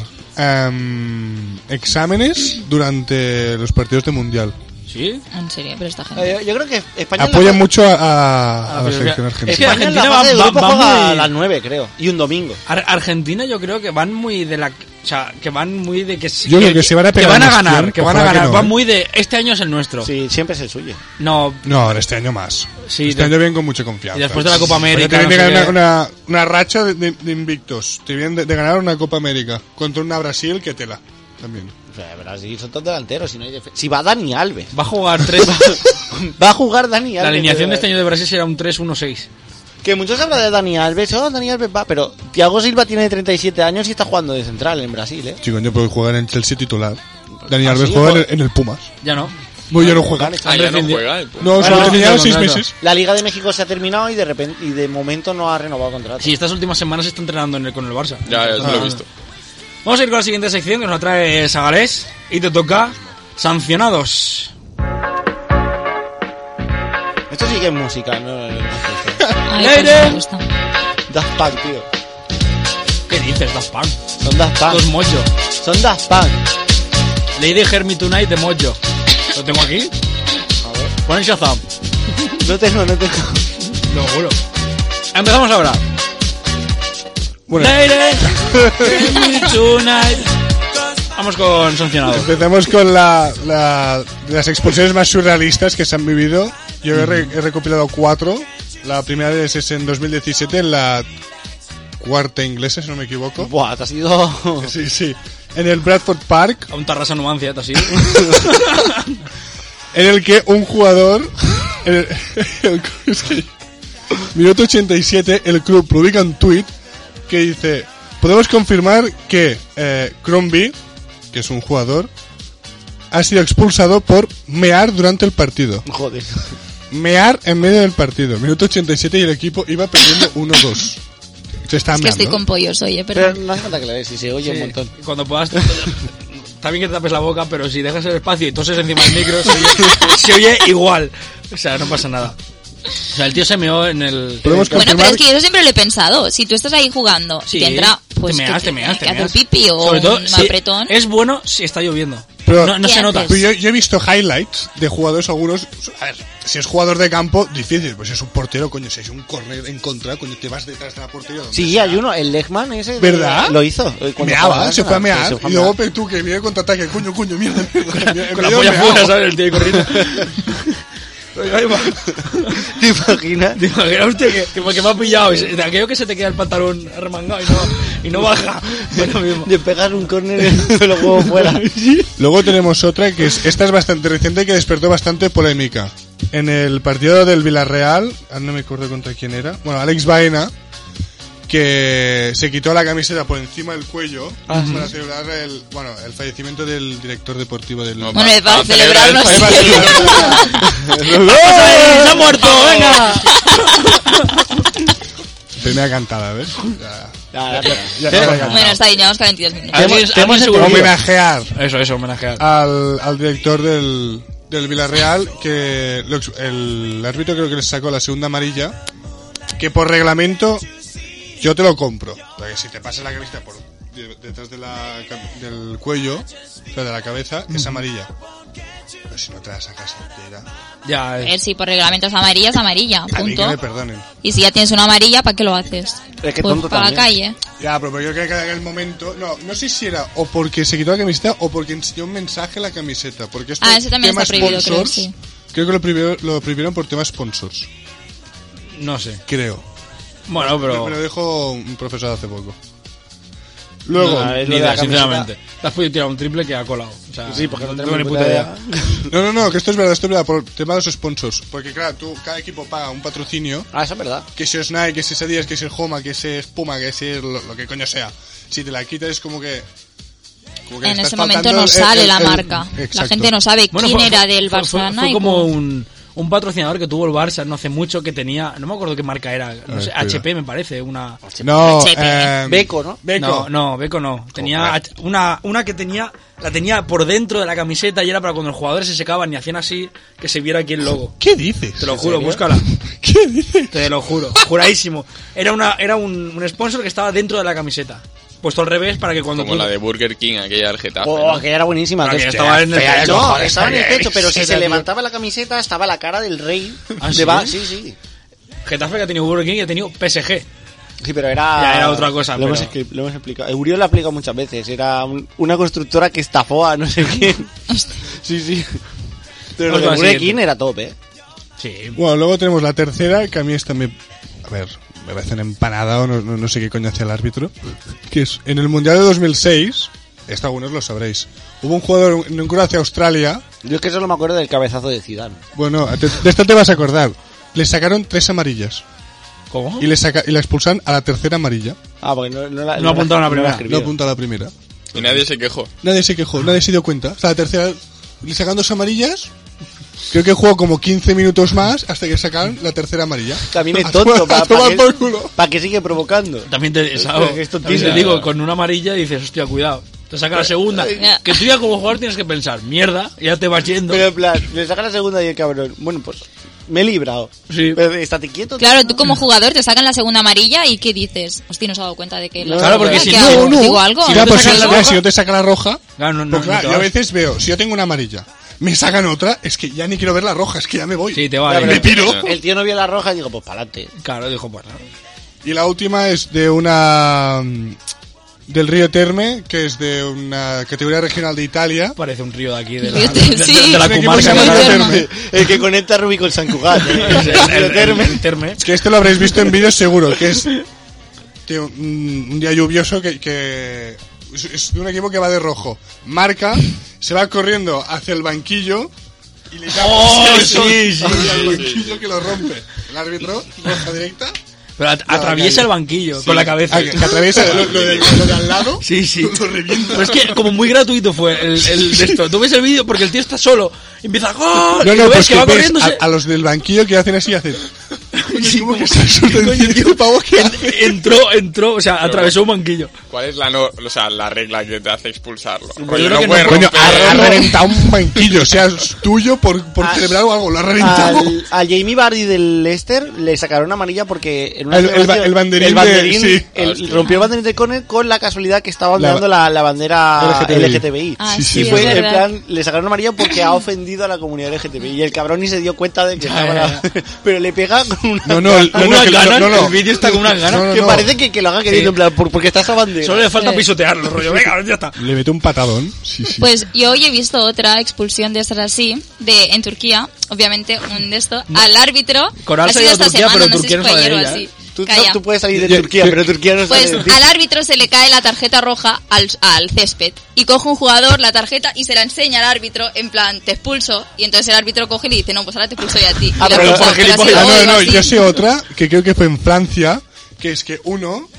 Speaker 6: am, exámenes durante los partidos de mundial.
Speaker 2: Sí.
Speaker 5: En serio, pero esta
Speaker 4: Eh,
Speaker 5: gente.
Speaker 4: Yo, yo creo que España. en la-
Speaker 6: Apoyan mucho a, a- a
Speaker 2: Ah,
Speaker 6: la
Speaker 2: pero
Speaker 6: selección
Speaker 2: que-
Speaker 6: argentina.
Speaker 2: Es que
Speaker 4: España en la
Speaker 2: Argentina
Speaker 4: fase de
Speaker 2: va-
Speaker 4: grupo
Speaker 2: va
Speaker 4: juega
Speaker 2: muy-
Speaker 4: a las 9, creo. Y un domingo.
Speaker 2: Ar- Argentina yo creo que van muy de la o sea, que van muy de que
Speaker 6: Yo creo que se van a pegar
Speaker 2: que van a
Speaker 6: una
Speaker 2: ganar,
Speaker 6: opción,
Speaker 2: que van a
Speaker 6: ojalá que
Speaker 2: ganar,
Speaker 6: no,
Speaker 2: van
Speaker 6: ¿eh?
Speaker 2: muy de este año es el nuestro.
Speaker 4: Sí, siempre es el suyo.
Speaker 2: No,
Speaker 6: No, ahora este año más.
Speaker 2: Sí,
Speaker 6: este
Speaker 2: de-
Speaker 6: año vienen con mucha confianza.
Speaker 2: y después de la Copa
Speaker 6: Porque
Speaker 2: América,
Speaker 6: tienen
Speaker 2: no
Speaker 6: de
Speaker 2: sé
Speaker 6: ganar
Speaker 2: qué.
Speaker 6: una, una racha de, de- de invictos. Te vienen de, de ganar una Copa América contra una Brasil que tela. También.
Speaker 4: O sea, Brasil son todos delanteros. Si, no hay defe- si va Dani Alves.
Speaker 2: va a jugar tres
Speaker 4: Va a jugar Dani Alves.
Speaker 2: La alineación
Speaker 4: verdad.
Speaker 2: de este año de Brasil será un 3-1-6.
Speaker 4: Que muchos hablan de Dani Alves, oh, Dani Alves va, pero Thiago Silva tiene 37 años y está jugando de central en Brasil, ¿eh?
Speaker 6: Chicos, yo puedo jugar en Chelsea titular. Daniel
Speaker 4: ¿Ah,
Speaker 6: Alves
Speaker 4: sí?
Speaker 6: juega en
Speaker 4: Pues-
Speaker 6: el, en el Pumas.
Speaker 2: Ya no.
Speaker 6: Boyo no juega.
Speaker 3: Ah, ya no juega, eh, pues.
Speaker 6: No, solo
Speaker 4: Bueno,
Speaker 6: tenía
Speaker 2: no, no,
Speaker 6: seis
Speaker 2: no, no.
Speaker 6: meses.
Speaker 4: La Liga de México se ha terminado y de repente y de momento no ha renovado contrato.
Speaker 2: Sí, estas últimas semanas se está entrenando en el- con el Barça.
Speaker 3: Ya, ya, eso lo he visto.
Speaker 2: Vamos a ir con la siguiente sección que nos la trae Sagalés y te toca sancionados.
Speaker 4: Esto sí que es música, no, no, no, no.
Speaker 5: Ay, pues no me gusta.
Speaker 4: Daft Punk, tío.
Speaker 2: ¿Qué dices, Daft Punk?
Speaker 4: Son Daft
Speaker 2: Dos
Speaker 4: Punk.
Speaker 2: mocho.
Speaker 4: Son Daft Punk.
Speaker 2: Lady Hermit Tonight de mocho. ¿Lo tengo aquí? Pon en Shazam.
Speaker 4: No tengo, no tengo.
Speaker 2: Lo juro. Empezamos ahora.
Speaker 6: Bueno.
Speaker 2: Lady Hermit Tonight. Vamos con sancionados.
Speaker 6: Empezamos con la, la- de las expulsiones más surrealistas que se han vivido. Yo he, re- he recopilado cuatro. La primera vez es en 2017 en la cuarta inglesa, si no me equivoco.
Speaker 4: Buah, te has ido.
Speaker 6: Sí, sí. En el Bradford Park,
Speaker 2: A un Tarrasa Numancia, ¿eh? así.
Speaker 6: en el que un jugador... en el- el- es que- minuto 87, el club publica un tweet que dice... Podemos confirmar que eh, Crombie, que es un jugador, ha sido expulsado por mear durante el partido.
Speaker 4: Joder.
Speaker 6: Mear en medio del partido. Minuto 87 y el equipo iba perdiendo 1-2. Se está
Speaker 5: Es que estoy
Speaker 6: meando.
Speaker 5: con pollos hoy, eh,
Speaker 4: Pero
Speaker 5: perdón.
Speaker 4: no hace falta que le des, si se oye un
Speaker 2: Sí,
Speaker 4: montón.
Speaker 2: Cuando puedas. Está bien que te tapes la boca, pero si dejas el espacio y toses encima del micro, se oye, se oye igual. O sea, no pasa nada. O sea, el tío se meó en el.
Speaker 6: Podemos
Speaker 5: Bueno, pero
Speaker 6: confirmar-
Speaker 5: es que yo siempre lo he pensado. Si tú estás ahí jugando,
Speaker 2: Sí,
Speaker 5: tendrá pues
Speaker 2: te meas,
Speaker 5: que,
Speaker 2: te meas, te
Speaker 5: que hacer
Speaker 2: meas.
Speaker 5: pipi o
Speaker 2: Sobre todo,
Speaker 5: un
Speaker 2: si-
Speaker 5: apretón.
Speaker 2: Es bueno si está lloviendo.
Speaker 6: Pero-
Speaker 2: no no
Speaker 5: ¿Qué
Speaker 2: se nota.
Speaker 5: haces?
Speaker 6: Pero yo, yo he visto highlights de jugadores algunos. A ver, si es jugador de campo, difícil. Pues si es un portero, coño, si es un correr en contra, coño, te vas detrás de la portería. donde
Speaker 4: Sí,
Speaker 6: sea.
Speaker 4: hay uno, el Lechman ese. de-
Speaker 6: ¿Verdad?
Speaker 4: Lo hizo. eh, cuando jugaba
Speaker 6: Meaba,
Speaker 4: al
Speaker 6: se fue a
Speaker 4: Arsenal.
Speaker 6: mear.
Speaker 4: Sí, se fue a
Speaker 6: y luego
Speaker 4: mear.
Speaker 6: pero tú que viene contraataque, coño, coño, mierda. mierda,
Speaker 2: Con la
Speaker 6: mierda,
Speaker 2: polla
Speaker 6: meao.
Speaker 2: fuera, ¿sabes? El tío ahí corriendo. Ahí va.
Speaker 4: ¿Te imaginas?
Speaker 2: Te imaginas usted que, que, porque me ha pillado. y se- De aquello que se te queda el pantalón remangado y no, y no baja. Bueno, mismo.
Speaker 4: De pegar un córner con los huevos fuera.
Speaker 6: Luego tenemos otra que es. Esta es bastante reciente que despertó bastante polémica. En el partido del Villarreal, ah, no me acuerdo contra quién era. Bueno, Alex Baena, que se quitó la camiseta por encima del cuello para celebrar el, bueno, el fallecimiento del director deportivo del.
Speaker 3: No,
Speaker 5: Bueno,
Speaker 3: pa-
Speaker 5: es para
Speaker 3: pa celebrar el
Speaker 5: celebrarnos.
Speaker 6: Ahí va,
Speaker 5: sí.
Speaker 6: sí, ahí va.
Speaker 2: ¡Vamos ahí! ¡Se ha muerto! Oh, ¡Venga!
Speaker 6: Primera cantada, ¿ves?
Speaker 4: Nada, nada.
Speaker 6: Ya, ya, ya, ya.
Speaker 5: Bueno, está bien, llevamos 42 minutos.
Speaker 2: Alguien-
Speaker 4: hemos- te hemos
Speaker 2: alguien seguro-
Speaker 6: Homenajear
Speaker 2: Eso, eso, homenajear.
Speaker 6: al, al director del, del Villarreal que lo ex- el árbitro creo que le sacó la segunda amarilla que por reglamento yo te lo compro porque si te pasas la cabeza por de- detrás de la cam- del cuello o sea de la cabeza es amarilla pero si no te la sacas entera
Speaker 2: Ya,
Speaker 5: A
Speaker 2: eh.
Speaker 5: ver, si por reglamento es amarilla, es amarilla,
Speaker 6: a mí que me
Speaker 5: punto.
Speaker 6: perdonen
Speaker 5: Y si ya tienes una amarilla, ¿para qué lo haces?
Speaker 4: Es que
Speaker 5: pues
Speaker 4: tonto
Speaker 5: para la calle.
Speaker 6: ya pero yo creo que en aquel momento no no sé si era o porque se quitó la camiseta o porque enseñó un mensaje a la camiseta porque esto
Speaker 5: Ah, eso también
Speaker 6: tema
Speaker 5: está prohibido, creo,
Speaker 6: sponsors,
Speaker 5: sí.
Speaker 6: creo que lo prohibieron, lo prohibieron por temas sponsors
Speaker 2: No sé.
Speaker 6: creo
Speaker 2: Bueno,
Speaker 6: Me lo
Speaker 2: pero.
Speaker 6: dijo un profesor hace poco. Luego,
Speaker 4: No, a ver.
Speaker 2: Ni idea,
Speaker 4: Lo de la
Speaker 2: sinceramente. Te has podido tirar un triple que ha colado. O sea,
Speaker 4: Sí, porque no
Speaker 2: tengo
Speaker 4: tenemos
Speaker 2: ni puta idea.
Speaker 6: no, no, no, que esto es verdad, esto es verdad, por el tema de los sponsors. Porque claro, tú, cada equipo paga un patrocinio,
Speaker 4: Ah, eso es verdad.
Speaker 6: que si es Nike, que si es Adidas, que si es Homa, que si es Puma, que si es lo, lo que coño sea. Si te la quitas es como que... como que
Speaker 5: En
Speaker 6: le estás
Speaker 5: ese momento
Speaker 6: faltando
Speaker 5: no
Speaker 6: el-
Speaker 5: sale
Speaker 6: el-
Speaker 5: la
Speaker 6: el-
Speaker 5: marca. La
Speaker 6: Exacto.
Speaker 5: gente no sabe
Speaker 2: Bueno,
Speaker 5: quién
Speaker 2: fue-
Speaker 5: era
Speaker 2: fue-
Speaker 5: del
Speaker 2: fue-
Speaker 5: Barça
Speaker 2: fue- Fue,
Speaker 5: Nike.
Speaker 2: como un, un patrocinador que tuvo el Barça no hace mucho que tenía. No me acuerdo qué marca era. no
Speaker 6: ver,
Speaker 2: sé,
Speaker 6: cuida.
Speaker 2: HP me parece. Una.
Speaker 6: No,
Speaker 5: HP.
Speaker 6: eh,
Speaker 4: Beco, ¿no?
Speaker 6: Beco.
Speaker 2: No, no, Beco no. Tenía H- una, una que tenía. La tenía por dentro de la camiseta y era para cuando los jugadores se secaban y hacían así que se viera aquí el logo.
Speaker 6: ¿Qué dices?
Speaker 2: Te lo juro, búscala.
Speaker 6: ¿Qué dices?
Speaker 2: Te lo juro, juradísimo. Era, una, era un, un sponsor que estaba dentro de la camiseta. Puesto al revés para que cuando...
Speaker 3: Como
Speaker 2: tú-
Speaker 3: la de Burger King, aquella del Getafe.
Speaker 4: Oh,
Speaker 3: ¿no?
Speaker 4: que era buenísima.
Speaker 2: Pero
Speaker 4: que
Speaker 2: que estaba en el
Speaker 4: fea,
Speaker 2: pecho,
Speaker 4: No,
Speaker 2: joder,
Speaker 4: estaba en el
Speaker 2: joder,
Speaker 4: pecho, pero si
Speaker 2: era,
Speaker 4: se
Speaker 2: tío.
Speaker 4: levantaba la camiseta estaba la cara del rey.
Speaker 2: ¿Ah,
Speaker 4: de
Speaker 2: sí?
Speaker 4: Ba- sí, sí.
Speaker 2: Getafe que ha tenido Burger King y ha tenido PSG.
Speaker 4: Sí, pero era...
Speaker 2: Ya, era otra cosa,
Speaker 4: Lo,
Speaker 2: pero-
Speaker 4: hemos, escri- lo hemos explicado. Uriol lo ha aplicado muchas veces. Era un- una constructora que estafó a no sé quién. sí, sí. Pero
Speaker 2: Vamos
Speaker 4: lo
Speaker 2: con
Speaker 4: de
Speaker 2: la
Speaker 4: Burger
Speaker 2: siguiente.
Speaker 4: King era top, ¿eh?
Speaker 2: Sí.
Speaker 6: Bueno, luego tenemos la tercera, que a mí esta me... A ver, me parece una empanada o no, no- no sé qué coño hace el árbitro. Que es, en el Mundial de 2006, esto algunos lo sabréis, hubo un jugador en un Croacia Australia,
Speaker 4: Yo es que solo me acuerdo del cabezazo de Zidane.
Speaker 6: bueno, te- de esta te vas a acordar, le sacaron tres amarillas
Speaker 2: ¿Cómo?
Speaker 6: y le, saca, y la expulsan a la tercera amarilla.
Speaker 4: Ah, porque no, no la...
Speaker 2: No apuntaron la primera.
Speaker 6: No apunta a la primera.
Speaker 3: Y nadie se quejó.
Speaker 6: Nadie se quejó, nadie se dio cuenta. O sea, la tercera, le sacan dos amarillas Creo que jugó como 15 minutos más hasta que sacaron la tercera amarilla.
Speaker 4: También es
Speaker 6: A
Speaker 4: tonto,
Speaker 6: tomar- a
Speaker 4: para
Speaker 6: tomar
Speaker 4: que,
Speaker 6: por culo.
Speaker 4: pa' que sigue provocando.
Speaker 2: También te, Sao,
Speaker 4: Es tontísimo.
Speaker 2: también te digo, con una amarilla dices, hostia, cuidado. Te saca la segunda. Que tú ya como jugador tienes que pensar, mierda, ya te vas yendo.
Speaker 4: Pero en plan, le saca la segunda y el cabrón. Bueno, pues me he librado.
Speaker 2: Sí.
Speaker 4: Pero estate quieto.
Speaker 5: Claro, tú como jugador te sacan la segunda amarilla y ¿qué dices? Hostia, no se ha dado cuenta de que... la-
Speaker 2: Claro, porque
Speaker 5: ¿Qué
Speaker 2: si
Speaker 5: hago?
Speaker 2: no, no.
Speaker 5: ¿Digo algo?
Speaker 6: Si,
Speaker 2: no
Speaker 6: no
Speaker 2: te
Speaker 6: pues,
Speaker 2: sacan la
Speaker 6: claro,
Speaker 2: roja-
Speaker 6: si no te saca la roja,
Speaker 2: Claro, no, no,
Speaker 6: pues
Speaker 2: no te
Speaker 6: claro, yo a
Speaker 2: vas.
Speaker 6: veces veo, si yo tengo una amarilla, me sacan otra, es que ya ni quiero ver la roja, es que ya me voy.
Speaker 2: Sí, te
Speaker 4: Ya,
Speaker 2: va.
Speaker 4: pero
Speaker 2: eh.
Speaker 6: me piro.
Speaker 4: El tío no vio la roja y digo, pues pa'lante.
Speaker 2: Claro, dijo, bueno.
Speaker 6: Y la última es de una mm, del Río Terme, que es de una categoría regional de Italia.
Speaker 2: Parece un río de aquí, de la,
Speaker 5: Sí.
Speaker 2: de- de- de la
Speaker 6: Un equipo
Speaker 2: comarca.
Speaker 6: que se llama
Speaker 5: Río
Speaker 6: Río
Speaker 5: Terme.
Speaker 6: Terme.
Speaker 4: El que conecta a Rubí con San Cugat. ¿eh?
Speaker 2: El- el-
Speaker 4: Pero
Speaker 2: el-
Speaker 4: Terme.
Speaker 2: el terme.
Speaker 6: Es que esto lo habréis visto en vídeos seguro, que es de un, un día lluvioso que, que es- es de un equipo que va de rojo. Marca, se va corriendo hacia el banquillo y le da
Speaker 2: ¡Oh,
Speaker 6: el
Speaker 2: sí,
Speaker 6: sol
Speaker 2: sí,
Speaker 6: hacia el banquillo que lo rompe. El árbitro, roja directa.
Speaker 2: Pero at- atraviesa el banquillo
Speaker 6: Sí.
Speaker 2: con la cabeza.
Speaker 6: Ah, que, que atraviesa lo, lo de, lo de al lado.
Speaker 2: Sí, sí.
Speaker 6: Lo revienta.
Speaker 2: Pero es que como muy gratuito fue el, el de esto. Tú ves el vídeo porque el tío está solo. y Empieza ¡Oh!
Speaker 6: No,
Speaker 2: y
Speaker 6: no,
Speaker 2: lo
Speaker 6: pues
Speaker 2: ves que
Speaker 6: que
Speaker 2: va
Speaker 6: ves
Speaker 2: corriendo.
Speaker 6: a, a los del banquillo que hacen así, hacen...
Speaker 2: Sí, pues,
Speaker 6: ¿Cómo que
Speaker 2: como-
Speaker 6: se asustan? ¿Qué pavo que hace?
Speaker 2: Entró, entró, o sea, atravesó un banquillo.
Speaker 3: ¿Cuál es la, no, o sea, la regla que te hace expulsarlo?
Speaker 2: creo
Speaker 3: Rollo, no
Speaker 2: que no
Speaker 3: puedes
Speaker 2: puede-
Speaker 6: Coño,
Speaker 3: romper-
Speaker 6: ha, ha reventado un banquillo, o sea es tuyo por, por
Speaker 4: Al-
Speaker 6: celebrar o algo, lo ha reventado.
Speaker 4: Al, al Jamie Bardi del Leicester le sacaron amarilla porque en
Speaker 6: El- el ba-
Speaker 4: celebración-
Speaker 6: el banderín
Speaker 4: el banderín-
Speaker 6: de- sí.
Speaker 4: el- rompió el banderín de Conner con la casualidad que estaba
Speaker 6: La-
Speaker 4: ondeando la, la bandera
Speaker 6: LGTBI.
Speaker 4: LGTBI.
Speaker 5: Ah,
Speaker 6: Sí, sí,
Speaker 5: sí,
Speaker 4: Y
Speaker 5: es
Speaker 4: fue, en
Speaker 5: verdad.
Speaker 4: plan, le sacaron amarilla porque ha ofendido a la comunidad LGTBI. Y el cabrón ni se dio cuenta de que estaba la- Pero le pega con una...
Speaker 6: No, no, el- no,
Speaker 2: Con
Speaker 6: no,
Speaker 2: unas
Speaker 6: que-
Speaker 2: ganas,
Speaker 6: no, no.
Speaker 2: el vídeo está con unas ganas.
Speaker 6: No, no,
Speaker 4: que
Speaker 6: no.
Speaker 4: parece que, que lo haga queriendo, en plan, por- porque está esa bandera.
Speaker 2: Solo le falta
Speaker 5: Sí.
Speaker 2: pisotearlo, rollo. Venga, ya está.
Speaker 6: Le mete un patadón. Sí, sí.
Speaker 5: Pues yo hoy he visto otra expulsión de esas así, de, en Turquía, obviamente, un de esto, al árbitro.
Speaker 2: Con
Speaker 5: ha
Speaker 2: Arce
Speaker 5: sido
Speaker 2: ha ido a
Speaker 5: esta
Speaker 2: Turquía,
Speaker 5: semana,
Speaker 2: pero
Speaker 5: no sé
Speaker 2: Turquía
Speaker 5: si
Speaker 2: no
Speaker 5: fue
Speaker 2: fue de
Speaker 5: ayer o
Speaker 2: ella,
Speaker 5: así.
Speaker 2: ¿eh?
Speaker 4: Tú, no,
Speaker 5: Calla.
Speaker 4: tú puedes salir de
Speaker 6: Yo-
Speaker 4: Turquía,
Speaker 6: yo-
Speaker 4: pero Turquía no
Speaker 5: Pues
Speaker 4: sale de ti.
Speaker 5: al árbitro se le cae la tarjeta roja al, al césped y coge un jugador la tarjeta y se la enseña al árbitro en plan te expulso y entonces el árbitro coge y le dice no pues ahora te expulso yo a ti. Y
Speaker 4: Ah,
Speaker 5: le
Speaker 4: pero
Speaker 5: expulsa,
Speaker 4: por
Speaker 5: pero ha sido
Speaker 6: Ah, no,
Speaker 5: hoy o
Speaker 6: no,
Speaker 5: así.
Speaker 6: yo sé otra que creo que fue en Francia, que es que uno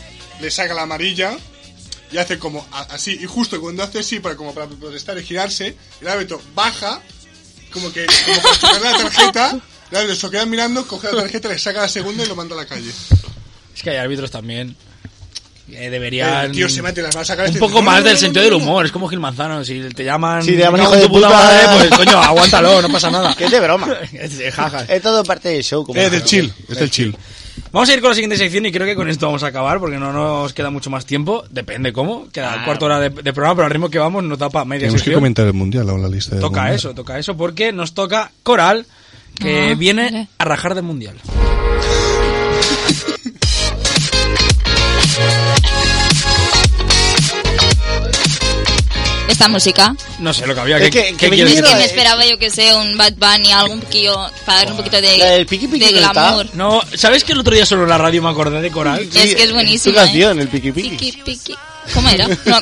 Speaker 6: le saca la amarilla y hace como a- así, y justo cuando hace así para como para protestar y girarse, el árbitro baja, como que como para sacar la tarjeta, el árbitro se lo queda mirando, coge la tarjeta, le saca la segunda y lo manda a la calle.
Speaker 2: Es que hay árbitros también. que deberían.
Speaker 6: Eh, El tío se mete las va a sacar
Speaker 2: mm,
Speaker 6: este
Speaker 2: Un poco más del sentido del humor, es como Gil Manzano, si te llaman,
Speaker 4: Si te llaman
Speaker 2: "Me
Speaker 4: hijo
Speaker 2: cago en
Speaker 4: de
Speaker 2: tu puta
Speaker 4: puta".
Speaker 2: madre, pues coño, aguántalo, no pasa nada.
Speaker 4: Que es de broma.
Speaker 2: Es- es jaja.
Speaker 4: Es todo parte del show. Como
Speaker 6: Es Eh, del chill, es del chill.
Speaker 2: Vamos a ir con la siguiente sección y creo que con esto vamos a acabar porque no nos queda mucho más tiempo. Depende cómo. Queda cuarta hora de, de programa, pero al ritmo que vamos nos da para media
Speaker 6: Tenemos que
Speaker 2: sección.
Speaker 6: comentar el mundial o la lista de.
Speaker 2: Toca eso, toca eso porque nos toca Coral que
Speaker 5: Ah,
Speaker 2: viene
Speaker 5: vale.
Speaker 2: a rajar de mundial.
Speaker 5: Esta música.
Speaker 2: No sé lo que había.
Speaker 4: Es
Speaker 2: ¿Qué,
Speaker 4: que-
Speaker 2: qué
Speaker 4: que
Speaker 2: quieres?
Speaker 5: Es que
Speaker 4: Mira,
Speaker 5: me
Speaker 4: eh.
Speaker 5: esperaba yo que sea un Bad Bunny, algún poquillo, para dar un poquito de,
Speaker 4: La del piqui piqui
Speaker 5: de
Speaker 4: no está.
Speaker 5: glamour.
Speaker 2: No, ¿sabes que el otro día solo en la radio me acordé de Coral?
Speaker 5: Es que es buenísima,
Speaker 4: Tu
Speaker 5: ¿eh?
Speaker 4: canción, el piqui piqui.
Speaker 5: Piqui, piqui. ¿Cómo era? No.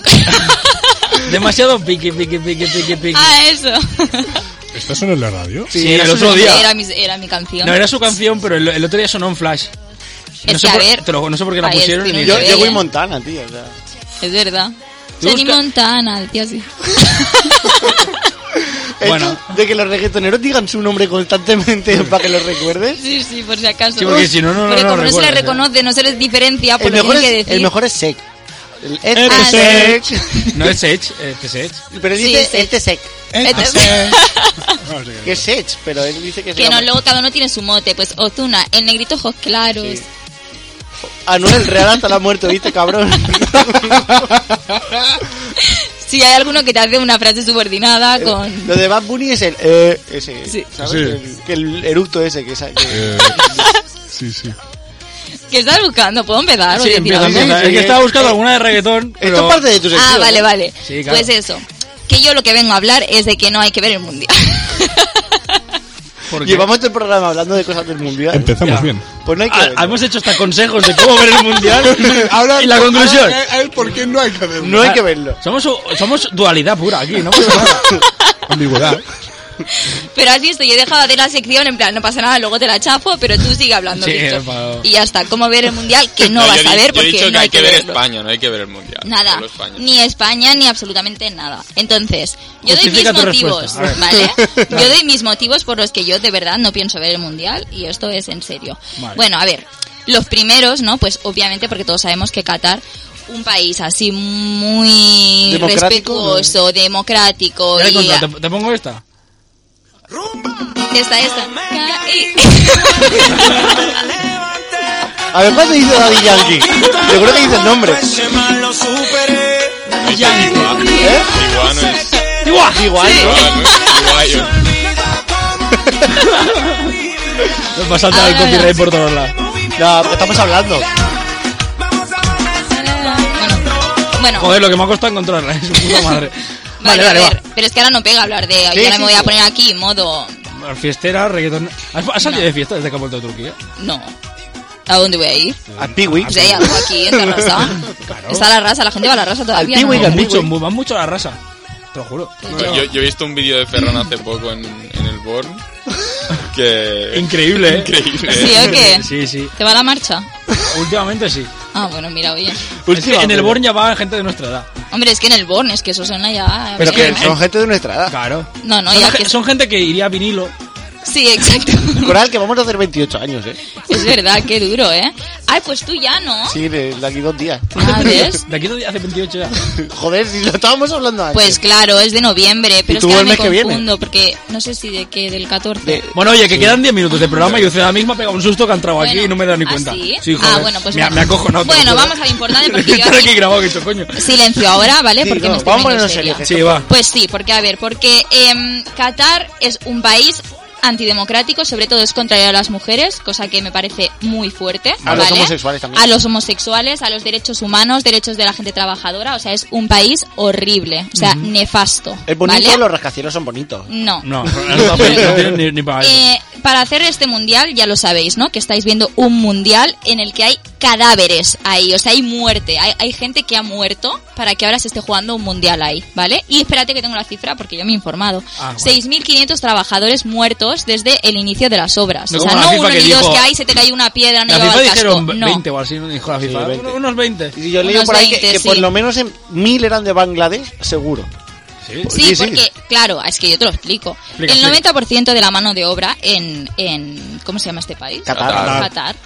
Speaker 2: Demasiado piqui, piqui, piqui, piqui, piqui.
Speaker 5: ah, eso.
Speaker 6: ¿Estás solo en la radio?
Speaker 2: Sí, el otro día.
Speaker 5: Era mi, era mi canción.
Speaker 2: No, era su canción, pero el, el otro día sonó en Flash.
Speaker 5: Es
Speaker 2: no, sé
Speaker 5: que, a
Speaker 2: por,
Speaker 5: ver,
Speaker 2: te lo- no sé por qué la
Speaker 5: ahí el
Speaker 2: pusieron y
Speaker 5: tiene
Speaker 2: dije,
Speaker 4: Yo,
Speaker 5: Sí,
Speaker 4: yo voy
Speaker 5: eh.
Speaker 4: Montana, tío. O sea.
Speaker 5: Es verdad.
Speaker 2: Tú
Speaker 5: Jenny
Speaker 2: busca-
Speaker 5: Montana, el tío así.
Speaker 2: Bueno.
Speaker 4: Hecho De que los reggaetoneros digan su nombre constantemente para que los recuerdes.
Speaker 5: Sí, sí, por si acaso.
Speaker 2: Sí, porque si no, no, no,
Speaker 5: Porque
Speaker 2: no
Speaker 5: como no se
Speaker 2: recuerdas,
Speaker 5: le
Speaker 2: ¿eh?
Speaker 5: reconoce, no se les diferencia, por
Speaker 4: El
Speaker 5: lo que
Speaker 4: mejor,
Speaker 5: tienen que
Speaker 4: es,
Speaker 5: decir.
Speaker 4: el mejor es Sec. El
Speaker 5: Este
Speaker 4: Ah,
Speaker 5: Sec.
Speaker 2: No es Sech, eh, que Sech.
Speaker 4: Pero él
Speaker 5: Sí,
Speaker 4: dice
Speaker 5: Sech.
Speaker 4: este Sec.
Speaker 5: Entonces-
Speaker 4: Que es Sec, pero él dice que es
Speaker 5: que no, luego cada uno tiene su mote. Pues Ozuna, el negrito ojos claros.
Speaker 4: Anuel Real hasta la muerte, ¿viste, cabrón?
Speaker 5: Si hay alguno que te hace una frase subordinada con...
Speaker 4: Lo de Bad Bunny es el... Eh, ese,
Speaker 5: Sí.
Speaker 4: ¿sabes?
Speaker 6: Sí.
Speaker 4: El, que el eructo ese que, sa- que-
Speaker 6: sí, sí.
Speaker 5: ¿Qué estás buscando? ¿Puedo empezar? o
Speaker 2: Sí,
Speaker 5: decir
Speaker 2: empieza,
Speaker 5: algo?
Speaker 4: sí,
Speaker 2: empieza.
Speaker 4: sí,
Speaker 2: Es que
Speaker 4: sí.
Speaker 2: estaba buscando alguna de reggaetón. pero-
Speaker 4: Esto es parte de tu sección.
Speaker 5: Ah, vale,
Speaker 4: ¿eh?
Speaker 5: vale.
Speaker 2: Sí, claro.
Speaker 5: Pues eso. Que yo lo que vengo a hablar es de que no hay que ver el mundial.
Speaker 2: ¿por qué?
Speaker 4: Llevamos este programa hablando de cosas del mundial.
Speaker 6: Empezamos
Speaker 2: Ya.
Speaker 6: bien.
Speaker 4: Pues no hay que
Speaker 2: Ah,
Speaker 4: verlo.
Speaker 2: hemos hecho hasta consejos de cómo ver el mundial. y la conclusión.
Speaker 6: Ahora, a- a él, ¿Por qué no hay que hacer
Speaker 4: No hay que verlo.
Speaker 2: Pues, Somos, somos dualidad pura aquí, no pasa nada.
Speaker 6: ambigüedad?
Speaker 5: Pero así estoy, he dejado de hacer la sección, en plan, no pasa nada, luego te la chafo, pero tú sigue hablando,
Speaker 2: Sí,
Speaker 5: Víctor.
Speaker 2: por favor.
Speaker 5: Y ya está, ¿cómo ver el mundial? Que no,
Speaker 3: No,
Speaker 5: vas
Speaker 3: yo
Speaker 5: a
Speaker 3: he di- yo he
Speaker 5: ver porque
Speaker 3: dicho que
Speaker 5: no
Speaker 3: hay que ver
Speaker 5: verlo.
Speaker 3: España, no hay que ver el mundial.
Speaker 5: Nada,
Speaker 3: solo España.
Speaker 5: ni España ni absolutamente nada. Entonces, yo
Speaker 2: Justifica
Speaker 5: doy
Speaker 2: tu
Speaker 5: mis motivos,
Speaker 2: respuesta, a ver.
Speaker 5: ¿vale? Yo doy mis motivos por los que yo de verdad no pienso ver el mundial y esto es en serio.
Speaker 2: Vale.
Speaker 5: Bueno, a ver, los primeros, ¿no? Pues obviamente porque todos sabemos que Qatar un país así muy
Speaker 4: ¿Democrático?
Speaker 5: respetuoso, democrático
Speaker 2: Ya le he
Speaker 5: y
Speaker 2: contado, ¿Te, te pongo esta?
Speaker 5: esta esta. Caí.
Speaker 4: A ver, ¿cuándo dice Daddy Yankee? Yo creo que dice el nombre.
Speaker 3: Es igual,
Speaker 4: ¿Eh?
Speaker 3: igual no es.
Speaker 2: ¡Igual!
Speaker 4: Igual, ¿no?
Speaker 3: igual no es- igual no es.
Speaker 2: Nos va Pues a saltar el
Speaker 5: Ahora, ahora.
Speaker 2: copyright por todos lados.
Speaker 4: No, pero estamos hablando.
Speaker 5: Bueno, bueno,
Speaker 2: Joder, lo que me ha costado encontrarla, es su puta madre.
Speaker 5: vale,
Speaker 2: Vale, vale,
Speaker 5: a
Speaker 2: va.
Speaker 5: ver, pero es que ahora no pega hablar de,
Speaker 4: Sí,
Speaker 5: yo ahora
Speaker 4: sí,
Speaker 5: me voy
Speaker 4: sí.
Speaker 5: a poner aquí modo
Speaker 2: Bueno, Fiestera, reggaeton. ¿Has, has salido
Speaker 5: No.
Speaker 2: de fiesta desde que ha vuelto a Turquía?
Speaker 5: no. ¿A dónde voy a ir?
Speaker 4: Al Piwi.
Speaker 5: Pues hay algo aquí en Tarrasa. Está la raza, la gente va a la raza todavía.
Speaker 4: Al
Speaker 5: ¿no?
Speaker 4: Piwi,
Speaker 2: Van
Speaker 4: al Piwi.
Speaker 2: mucho, eh, mu- van mucho a la raza. Te lo juro.
Speaker 3: Yo, yo- yo he visto un vídeo de Ferran hace poco en, en el Born. Que.
Speaker 2: Increíble, ¿eh?
Speaker 3: Increíble.
Speaker 5: ¿Sí o qué?
Speaker 2: Sí, sí.
Speaker 5: ¿Te va la marcha?
Speaker 2: Últimamente sí.
Speaker 5: Ah, bueno, mira, oye.
Speaker 2: Es que en el Born ya va gente de nuestra edad.
Speaker 5: Hombre, es que en el Born, es que eso suena ya.
Speaker 4: Pero
Speaker 5: mira,
Speaker 4: que son gente de nuestra edad.
Speaker 2: Claro.
Speaker 5: No, no,
Speaker 2: son,
Speaker 5: ya
Speaker 2: ge-
Speaker 5: que.
Speaker 2: son gente que iría a vinilo.
Speaker 5: Sí, exacto.
Speaker 4: Coral, que vamos a hacer 28 años, ¿eh?
Speaker 5: Es verdad, qué duro, ¿eh? Ay, pues tú ya, ¿no?
Speaker 4: Sí, de, de aquí dos días.
Speaker 5: Ah, ¿ves?
Speaker 2: De aquí todavía hace 28 ya.
Speaker 4: Joder, si lo estábamos hablando antes.
Speaker 5: Pues claro, es de noviembre, pero
Speaker 4: ¿Y
Speaker 5: es
Speaker 4: tú
Speaker 5: que ahora
Speaker 4: el
Speaker 5: me
Speaker 4: mes que viene?
Speaker 5: confundo porque no sé si de qué, del 14.
Speaker 4: De-
Speaker 2: Bueno, oye, que quedan 10 minutos de programa y usted ahora mismo ha pegado un susto que ha entrado aquí
Speaker 5: Bueno,
Speaker 2: y no me he dado ni
Speaker 5: ¿ah,
Speaker 2: cuenta.
Speaker 5: sí?
Speaker 2: joder.
Speaker 5: Ah, bueno, pues
Speaker 2: me,
Speaker 5: mira.
Speaker 2: me ha cojonado. te lo
Speaker 5: Bueno,
Speaker 2: juro.
Speaker 5: vamos a lo importante, porque yo
Speaker 2: Estar
Speaker 5: aquí-
Speaker 2: aquí grabado que he hecho, coño.
Speaker 5: Silencio ahora, ¿vale?
Speaker 4: Sí,
Speaker 5: Porque
Speaker 4: no,
Speaker 5: me estoy
Speaker 4: vamos a
Speaker 5: poniendo
Speaker 4: ponernos
Speaker 5: seria.
Speaker 4: serios.
Speaker 2: Sí, va.
Speaker 5: Pues sí, porque a ver, porque em, Qatar es un país antidemocrático, sobre todo es contrario a las mujeres, cosa que me parece muy fuerte.
Speaker 4: A los
Speaker 5: ¿vale?
Speaker 4: homosexuales también.
Speaker 5: A los homosexuales, a los derechos humanos, derechos de la gente trabajadora, o sea, es un país horrible, o sea, nefasto.
Speaker 4: Es bonito,
Speaker 5: ¿vale? Mm.
Speaker 4: los rascacielos son bonitos.
Speaker 5: No.
Speaker 2: No, no, no, tienen ni, ni para eso.
Speaker 5: Eh, para hacer este mundial, ya lo sabéis, ¿no? Que estáis viendo un mundial en el que hay cadáveres ahí, o sea, hay muerte, hay, hay gente que ha muerto para que ahora se esté jugando un mundial ahí, ¿vale? Y espérate que tengo la cifra porque yo me he informado.
Speaker 2: Ah, bueno.
Speaker 5: 6.500 trabajadores muertos desde el inicio de las obras.
Speaker 2: No
Speaker 5: o sea,
Speaker 2: como la
Speaker 5: no
Speaker 2: FIFA
Speaker 5: uno
Speaker 2: que
Speaker 5: ni dos
Speaker 2: dijo-
Speaker 5: que hay, se te cayó una piedra, no
Speaker 2: La
Speaker 5: llevaba
Speaker 2: FIFA
Speaker 5: el casco.
Speaker 2: dijeron
Speaker 5: no.
Speaker 2: 20 o así, ¿no? Dijo la FIFA.
Speaker 4: 20.
Speaker 2: Uno- Unos 20.
Speaker 4: Y yo leí
Speaker 5: Unos
Speaker 4: por ahí que-
Speaker 5: 20,
Speaker 4: que,
Speaker 5: sí.
Speaker 4: por lo menos en mil eran de Bangladesh, seguro. Pues
Speaker 5: Sí,
Speaker 4: Sí, sí.
Speaker 5: porque, claro, es que yo te lo explico.
Speaker 2: Explica,
Speaker 5: el
Speaker 2: explica.
Speaker 5: 90% de la mano de obra en, en ¿cómo se llama este país?
Speaker 4: Qatar.
Speaker 5: Qatar.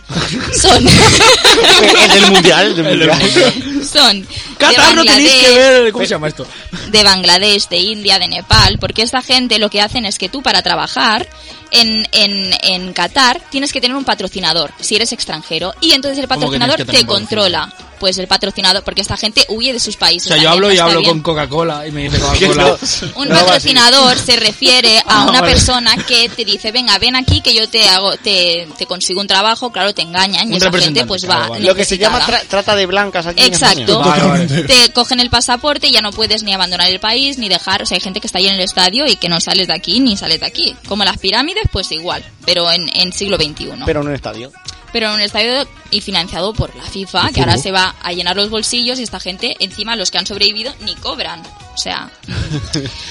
Speaker 5: Son
Speaker 4: en el mundial, en el mundial.
Speaker 5: son
Speaker 2: Qatar
Speaker 5: de
Speaker 2: no tenéis
Speaker 5: Bangladesh,
Speaker 2: que ver. ¿Cómo se llama esto?
Speaker 5: de Bangladesh, de India, de Nepal, porque esta gente lo que hacen es que tú para trabajar en, en, en Qatar tienes que tener un patrocinador, si eres extranjero, y entonces el
Speaker 2: ¿Cómo que
Speaker 5: patrocinador
Speaker 2: tienes que tener
Speaker 5: te
Speaker 2: un
Speaker 5: controla. Pues el patrocinador, porque esta gente huye de sus países.
Speaker 2: O sea, yo
Speaker 5: también,
Speaker 2: hablo
Speaker 5: no
Speaker 2: y
Speaker 5: está
Speaker 2: hablo
Speaker 5: bien.
Speaker 2: con Coca-Cola y me dice Coca-Cola.
Speaker 5: Un
Speaker 4: No va así.
Speaker 5: patrocinador se refiere a
Speaker 2: Ah,
Speaker 5: una
Speaker 2: vale.
Speaker 5: persona que te dice, venga, ven aquí que yo te hago, te, te consigo un trabajo, claro, te engañan
Speaker 2: Un
Speaker 5: y esa gente
Speaker 2: representante,
Speaker 5: pues
Speaker 2: claro,
Speaker 5: va.
Speaker 2: vale.
Speaker 4: Lo que se llama
Speaker 5: necesitada.
Speaker 4: tra- trata de blancas aquí en
Speaker 5: Exacto.
Speaker 4: España.
Speaker 2: Vale, vale.
Speaker 5: Te cogen el pasaporte y ya no puedes ni abandonar el país ni dejar. O sea, hay gente que está ahí en el estadio y que no sales de aquí ni sales de aquí. Como las pirámides, pues igual, pero en, en siglo XXI. Pero,
Speaker 4: Pero en un estadio.
Speaker 5: en un estadio y financiado por la FIFA, que ahora se va a llenar los bolsillos y esta gente, encima los que han sobrevivido, ni cobran. O sea,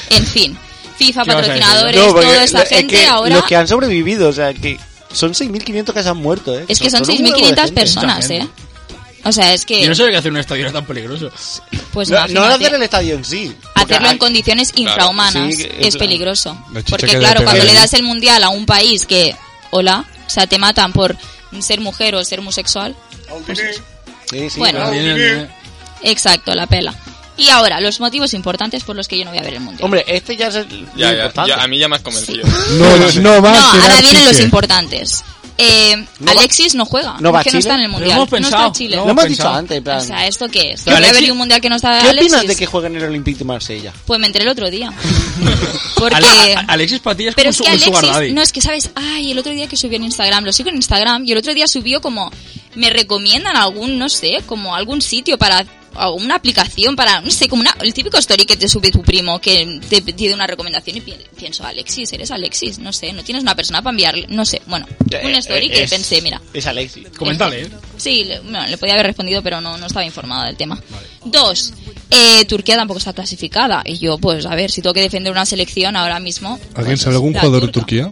Speaker 5: en fin. FIFA,
Speaker 2: ¿Qué vas a decir?
Speaker 5: patrocinadores, toda esta
Speaker 4: es
Speaker 5: gente
Speaker 4: que
Speaker 5: ahora.
Speaker 4: los que han sobrevivido, o sea, que son 6.500 que se han muerto, ¿eh?
Speaker 5: Es que son
Speaker 4: un huevo de
Speaker 5: 6.500
Speaker 4: gente.
Speaker 5: personas,
Speaker 2: gente.
Speaker 5: ¿eh? O sea, es que.
Speaker 2: Yo no sabía que hacer un estadio era tan peligroso.
Speaker 5: Pues
Speaker 4: No, no
Speaker 5: imagínate.
Speaker 4: hacer el estadio en sí. porque
Speaker 5: Hacerlo en
Speaker 4: hay-
Speaker 5: condiciones infrahumanas
Speaker 4: sí, en
Speaker 5: es
Speaker 4: plan,
Speaker 5: peligroso.
Speaker 6: la chicha que
Speaker 5: Porque
Speaker 6: le
Speaker 5: claro,
Speaker 6: pegan
Speaker 5: cuando le
Speaker 6: ahí.
Speaker 5: das el mundial a un país que, hola, o sea, te matan por ser mujer o ser homosexual,
Speaker 4: Sí, sí,
Speaker 5: Bueno.
Speaker 4: claro.
Speaker 5: exacto, la pela. Y ahora, los motivos importantes por los que yo no voy a ver el mundial.
Speaker 4: Hombre, este ya es el
Speaker 3: Ya,
Speaker 4: lo
Speaker 3: ya,
Speaker 4: importante.
Speaker 3: ya, a mí ya me has convencido.
Speaker 9: No, no
Speaker 5: no, ahora vienen los importantes. Eh,
Speaker 4: No va-
Speaker 5: Alexis no juega,
Speaker 4: no va
Speaker 5: es que
Speaker 4: Chile.
Speaker 5: no está en el
Speaker 2: Lo
Speaker 5: mundial,
Speaker 2: hemos
Speaker 5: no está
Speaker 2: pensado,
Speaker 5: en Chile.
Speaker 2: lo
Speaker 4: Lo hemos
Speaker 2: Pensado.
Speaker 4: dicho antes, en plan.
Speaker 5: O sea, ¿esto qué es? Yo
Speaker 2: Pero
Speaker 5: voy a ver
Speaker 2: Alexis-
Speaker 5: un mundial que no está
Speaker 4: ¿Qué
Speaker 5: Alexis.
Speaker 4: opinas de que juegue en el Olympique de Marsella?
Speaker 5: Pues me entré el otro día.
Speaker 2: Ale-
Speaker 5: Porque...
Speaker 2: a- Alexis Patilla es
Speaker 5: Pero
Speaker 2: como
Speaker 5: es
Speaker 2: su,
Speaker 5: que
Speaker 2: un sugar daddy.
Speaker 5: Alexis, no es que sabes, ay, el otro día que subió en Instagram, lo sigo en Instagram, y el otro día subió como, me recomiendan algún, no sé, como algún sitio para, alguna aplicación para, no sé, como una, el típico story que te sube tu primo, que te pide una recomendación y pi- pienso, Alexis, eres Alexis, no sé, no tienes una persona para enviarle, no sé, bueno, un
Speaker 4: Eh,
Speaker 5: story
Speaker 4: eh,
Speaker 5: que
Speaker 4: es-
Speaker 5: pensé, mira.
Speaker 4: Es Alexis.
Speaker 2: Coméntale, ¿eh?
Speaker 5: Sí, le, bueno, le podía haber respondido, pero no, no estaba informada del tema. Dos, eh, Turquía tampoco está clasificada. Y yo, pues a ver, si tengo que defender una selección ahora mismo. pues,
Speaker 6: ¿Alguien sabe algún
Speaker 5: la
Speaker 6: jugador de
Speaker 5: turca.
Speaker 6: Turquía?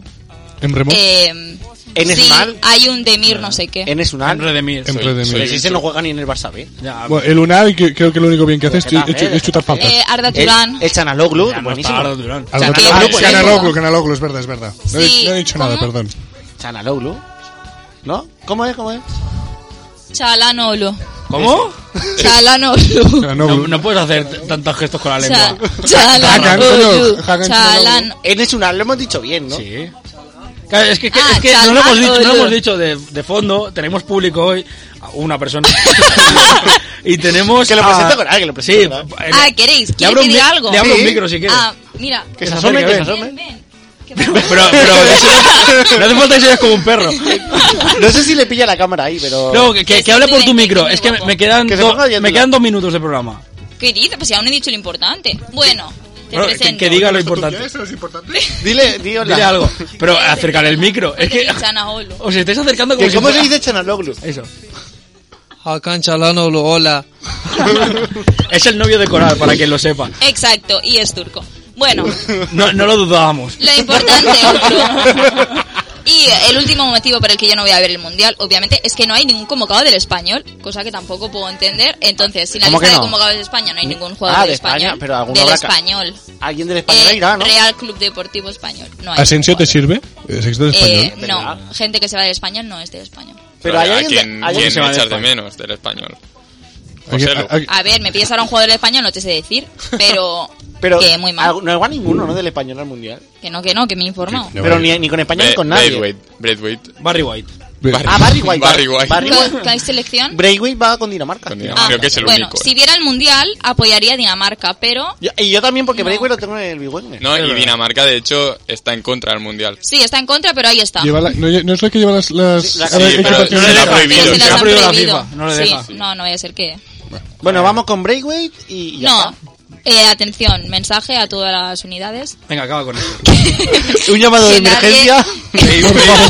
Speaker 6: ¿En remo?
Speaker 5: Eh,
Speaker 4: ¿En
Speaker 5: sí,
Speaker 4: Esmal?
Speaker 5: hay un Demir
Speaker 2: Ah.
Speaker 5: no sé qué. Eh,
Speaker 4: En es un al.
Speaker 2: Hombre de mí.
Speaker 6: en Red de
Speaker 3: soy-
Speaker 6: Mil.
Speaker 4: Pero si ese no juega ni en el Barça B.
Speaker 2: Ya,
Speaker 6: Bueno, el Unai que- creo que lo único bien que hace es,
Speaker 4: Pues que
Speaker 6: chu- es chu-
Speaker 4: también.
Speaker 6: es chutar faltas.
Speaker 5: Eh, Arda
Speaker 4: El,
Speaker 5: Turán.
Speaker 4: el Chanaloglu,
Speaker 2: ya no
Speaker 4: buenísimo.
Speaker 2: está, Pues Durán.
Speaker 6: Algo-
Speaker 5: Chanaloglu,
Speaker 6: Ah,
Speaker 5: por
Speaker 6: Chanaloglu,
Speaker 5: ejemplo.
Speaker 6: Chanaloglu, es verdad, es verdad. No, he-
Speaker 5: Sí,
Speaker 6: no he dicho nada,
Speaker 5: ¿cómo?
Speaker 6: perdón.
Speaker 4: Chanaloglu. ¿No? ¿Cómo es? ¿Cómo es?
Speaker 5: Chalanoglu.
Speaker 2: Eh. ¿Cómo?
Speaker 5: Chalanoglu.
Speaker 2: No,
Speaker 6: Chanaloglu.
Speaker 2: no puedes hacer t- tantos gestos con la
Speaker 5: Cha-
Speaker 2: lengua.
Speaker 6: Hagan,
Speaker 5: Chalanoglu.
Speaker 6: coño, hagan
Speaker 5: Chalan.
Speaker 4: En es un al, lo hemos dicho bien, ¿no?
Speaker 2: Sí. Claro, es que, que-
Speaker 5: Ah,
Speaker 2: es que no lo
Speaker 5: Chalán
Speaker 2: hemos dicho, no lo
Speaker 5: Olu.
Speaker 2: hemos dicho de, de fondo. Tenemos público hoy, a una persona. y tenemos.
Speaker 4: Que lo
Speaker 2: a-
Speaker 4: presento con alguien, que lo presento
Speaker 2: Sí,
Speaker 4: con alguien.
Speaker 2: eh,
Speaker 5: Ah, ¿queréis?
Speaker 2: le
Speaker 5: ¿Quieres
Speaker 2: abro
Speaker 5: que
Speaker 2: un
Speaker 5: diga
Speaker 2: mi-
Speaker 5: algo?
Speaker 2: Le abro un
Speaker 4: Sí.
Speaker 2: micro si quieres.
Speaker 5: Ah, mira.
Speaker 4: Que se asome,
Speaker 2: acerque,
Speaker 4: que se
Speaker 2: ven.
Speaker 4: asome.
Speaker 5: Ven, ven. Que
Speaker 2: Pero, pero, eso- no hace falta que seas como un perro.
Speaker 4: No sé si le pilla la cámara ahí, pero...
Speaker 2: No, que, que, que hable por tu micro. Es que me, me quedan,
Speaker 4: Que se
Speaker 2: dos-
Speaker 4: ponga oyéndolo.
Speaker 2: me quedan dos minutos de programa.
Speaker 5: ¿Qué dices? Pues ya aún he dicho lo importante. Bueno, te
Speaker 2: Bueno, que-
Speaker 5: presento.
Speaker 2: que diga lo importante.
Speaker 6: ¿Eso es importante?
Speaker 4: Dile, di hola.
Speaker 2: Dile algo. Pero acercar el micro. Es que
Speaker 5: Chalanoglu.
Speaker 2: os estáis acercando como
Speaker 4: Que
Speaker 2: si
Speaker 4: ¿Cómo se
Speaker 2: fuera-
Speaker 4: dice Chanaloglu?
Speaker 2: Eso.
Speaker 8: Hakan Çalhanoğlu, hola.
Speaker 2: Es el novio de Coral, para quien lo sepa.
Speaker 5: Exacto, y es turco. Bueno,
Speaker 2: No, no lo dudábamos.
Speaker 5: lo importante otro. Y el último motivo por el que yo no voy a ver el mundial, obviamente, es que no hay ningún convocado del español, cosa que tampoco puedo entender. Entonces, si en la
Speaker 4: ¿Cómo
Speaker 5: lista
Speaker 4: que
Speaker 5: de
Speaker 4: no?
Speaker 5: convocados de España no hay ningún jugador
Speaker 4: Ah,
Speaker 5: del
Speaker 4: de España,
Speaker 5: español,
Speaker 4: pero alguno
Speaker 5: del
Speaker 4: habrá ca-
Speaker 5: español,
Speaker 4: Alguien del español
Speaker 5: Eh,
Speaker 4: irá, ¿no?
Speaker 5: Real Club Deportivo Español, no hay.
Speaker 6: ¿Asensio te
Speaker 5: ningún
Speaker 6: sirve? ¿El sexto de
Speaker 5: jugador.
Speaker 6: español?
Speaker 5: Eh, no, gente que se va del español no es del español.
Speaker 4: Pero hay
Speaker 3: ¿a
Speaker 4: alguien...
Speaker 3: quién,
Speaker 4: de- hay alguien
Speaker 3: quién
Speaker 4: que se va de
Speaker 3: echas de
Speaker 4: España.
Speaker 3: menos del español?
Speaker 6: Alguien-
Speaker 3: Joselu.
Speaker 6: alguien-
Speaker 5: A ver, me pides ahora un jugador del español, no te sé decir, pero,
Speaker 4: Pero
Speaker 5: que muy mal.
Speaker 4: algo- no va ninguno, ¿no? Del español al mundial.
Speaker 5: Que no, que no, que me he informado.
Speaker 6: Ya
Speaker 4: Pero
Speaker 6: vale.
Speaker 4: ni, ni con España ni con nadie.
Speaker 3: Braithwaite, Braithwaite.
Speaker 2: Barry White.
Speaker 6: Ve-
Speaker 4: Ah, Barry White.
Speaker 3: Barry White.
Speaker 5: ¿Qué-
Speaker 4: Barry White.
Speaker 5: ¿Qué hay selección?
Speaker 4: Braithwaite va con Dinamarca.
Speaker 3: Con Dinamarca. Creo que es el
Speaker 5: Ah, bueno,
Speaker 3: único, eh.
Speaker 5: si viera el mundial, apoyaría a Dinamarca, pero
Speaker 4: Yo- y yo también, porque
Speaker 5: No.
Speaker 4: Braithwaite lo tengo en el Big
Speaker 3: No, y Dinamarca, de hecho, está en contra del mundial.
Speaker 5: sí, está en contra, pero ahí está.
Speaker 6: lleva la- ¿No no es la que lleva las... las
Speaker 4: Sí, la-
Speaker 6: a ver,
Speaker 3: sí,
Speaker 6: ¿en qué
Speaker 3: pero-
Speaker 6: partido
Speaker 3: no le
Speaker 6: es?
Speaker 3: deja.
Speaker 5: Que
Speaker 3: prohibido,
Speaker 5: se
Speaker 3: se
Speaker 5: las
Speaker 2: ha
Speaker 5: han
Speaker 2: prohibido la
Speaker 5: prohibido.
Speaker 2: FIFA, no le
Speaker 5: Sí,
Speaker 2: deja.
Speaker 5: no, no vaya a ser que.
Speaker 4: Bueno, vamos con Braithwaite y ya
Speaker 5: No. Eh, atención, mensaje a todas las unidades.
Speaker 2: Venga, acaba con eso.
Speaker 4: está. Un llamado de
Speaker 5: Que nadie-
Speaker 4: emergencia.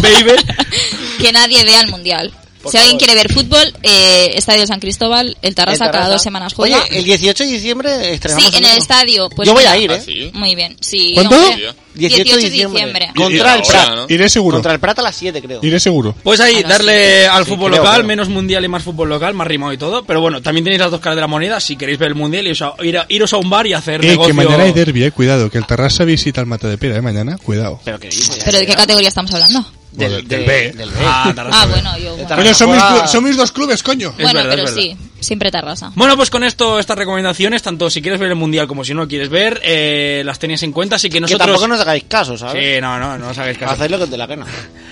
Speaker 5: que nadie vea el mundial.
Speaker 4: Por
Speaker 5: si alguien
Speaker 4: favor.
Speaker 5: quiere ver fútbol, eh, Estadio San Cristóbal, el Tarrasa,
Speaker 4: El Tarrasa.
Speaker 5: cada dos semanas juega.
Speaker 4: Oye, el 18 de diciembre estrenamos.
Speaker 5: sí, en el
Speaker 4: uno.
Speaker 5: estadio. Pues
Speaker 4: Yo voy
Speaker 5: mira,
Speaker 4: a ir,
Speaker 3: Ah,
Speaker 4: ¿eh?
Speaker 3: sí.
Speaker 5: Muy bien, sí.
Speaker 6: ¿Cuánto?
Speaker 5: hombre.
Speaker 4: 18 de diciembre. Contra
Speaker 3: Y
Speaker 4: el
Speaker 3: ahora,
Speaker 4: Prat.
Speaker 3: ¿no?
Speaker 6: Iré seguro.
Speaker 4: Contra el Prat a las 7, creo.
Speaker 6: Iré seguro.
Speaker 2: Pues ahí,
Speaker 5: Ahora
Speaker 2: darle al
Speaker 4: Ah, Sí,
Speaker 2: fútbol
Speaker 4: creo,
Speaker 2: local,
Speaker 4: creo.
Speaker 2: menos mundial y más fútbol local, más rimado y todo. Pero bueno, también tenéis las dos caras de la moneda. Si queréis ver el mundial, iros a, ir a- iros a un bar y hacer
Speaker 6: Eh,
Speaker 2: negocio.
Speaker 6: que mañana hay derbi, eh, cuidado. Que el Tarrasa visita al Mata de Pera, eh, mañana. Cuidado.
Speaker 4: Pero que dice.
Speaker 5: Pero ¿de qué categoría estamos hablando?
Speaker 4: Del,
Speaker 6: Del- del
Speaker 4: del,
Speaker 6: B.
Speaker 4: del B.
Speaker 2: Ah, Tarrasa.
Speaker 5: Ah, bueno, yo. Bueno,
Speaker 6: Coño, son mis,
Speaker 4: Juega-
Speaker 6: clu- son mis dos clubes, coño.
Speaker 5: Bueno,
Speaker 2: verdad,
Speaker 5: pero
Speaker 2: es verdad.
Speaker 5: sí, siempre Tarrasa.
Speaker 2: Bueno, pues con esto, estas recomendaciones, tanto si quieres ver el mundial como si no lo quieres ver, eh, las tenéis en cuenta. Así que
Speaker 4: Que
Speaker 2: nosotros.
Speaker 4: tampoco nos hagáis caso, ¿sabes?
Speaker 2: Sí, no, no, no os hagáis caso.
Speaker 4: Haced lo que os dé la gana.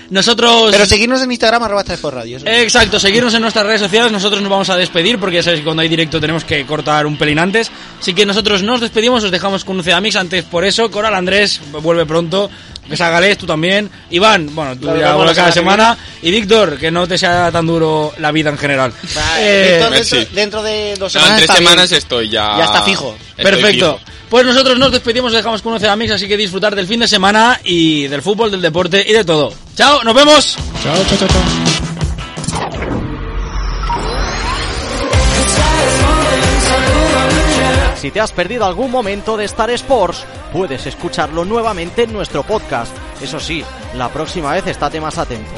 Speaker 2: Nosotros.
Speaker 4: Pero seguidnos en Instagram, arroba 3 por radio. eso.
Speaker 2: Exacto, seguirnos en nuestras redes sociales. Nosotros nos vamos a despedir porque ya sabéis que cuando hay directo tenemos que cortar un pelín antes. Así que nosotros nos despedimos, os dejamos con un Cedamix antes por eso. Coral Andrés vuelve pronto, que salgales tú también. Iván, bueno, tú
Speaker 4: Nos
Speaker 2: ya
Speaker 4: vemos
Speaker 2: vuelves
Speaker 4: la
Speaker 2: cada
Speaker 4: semana
Speaker 2: semana. Y Víctor, que no te sea tan duro la vida en general.
Speaker 4: Vale,
Speaker 2: Eh,
Speaker 4: Víctor, dentro,
Speaker 3: Messi.
Speaker 4: dentro de dos
Speaker 3: No,
Speaker 4: semanas.
Speaker 3: en tres
Speaker 4: está bien.
Speaker 3: semanas estoy ya.
Speaker 4: Ya está fijo.
Speaker 3: Estoy
Speaker 2: Perfecto.
Speaker 3: fijo.
Speaker 2: Pues nosotros nos despedimos, os dejamos con un Cedamix, así que disfrutar del fin de semana y del fútbol, del deporte y de todo. Chao, nos vemos.
Speaker 6: Chao, chao, chao, chao.
Speaker 1: Si te has perdido algún momento de Star Sports, puedes escucharlo nuevamente en nuestro podcast. Eso sí, la próxima vez estate más atento.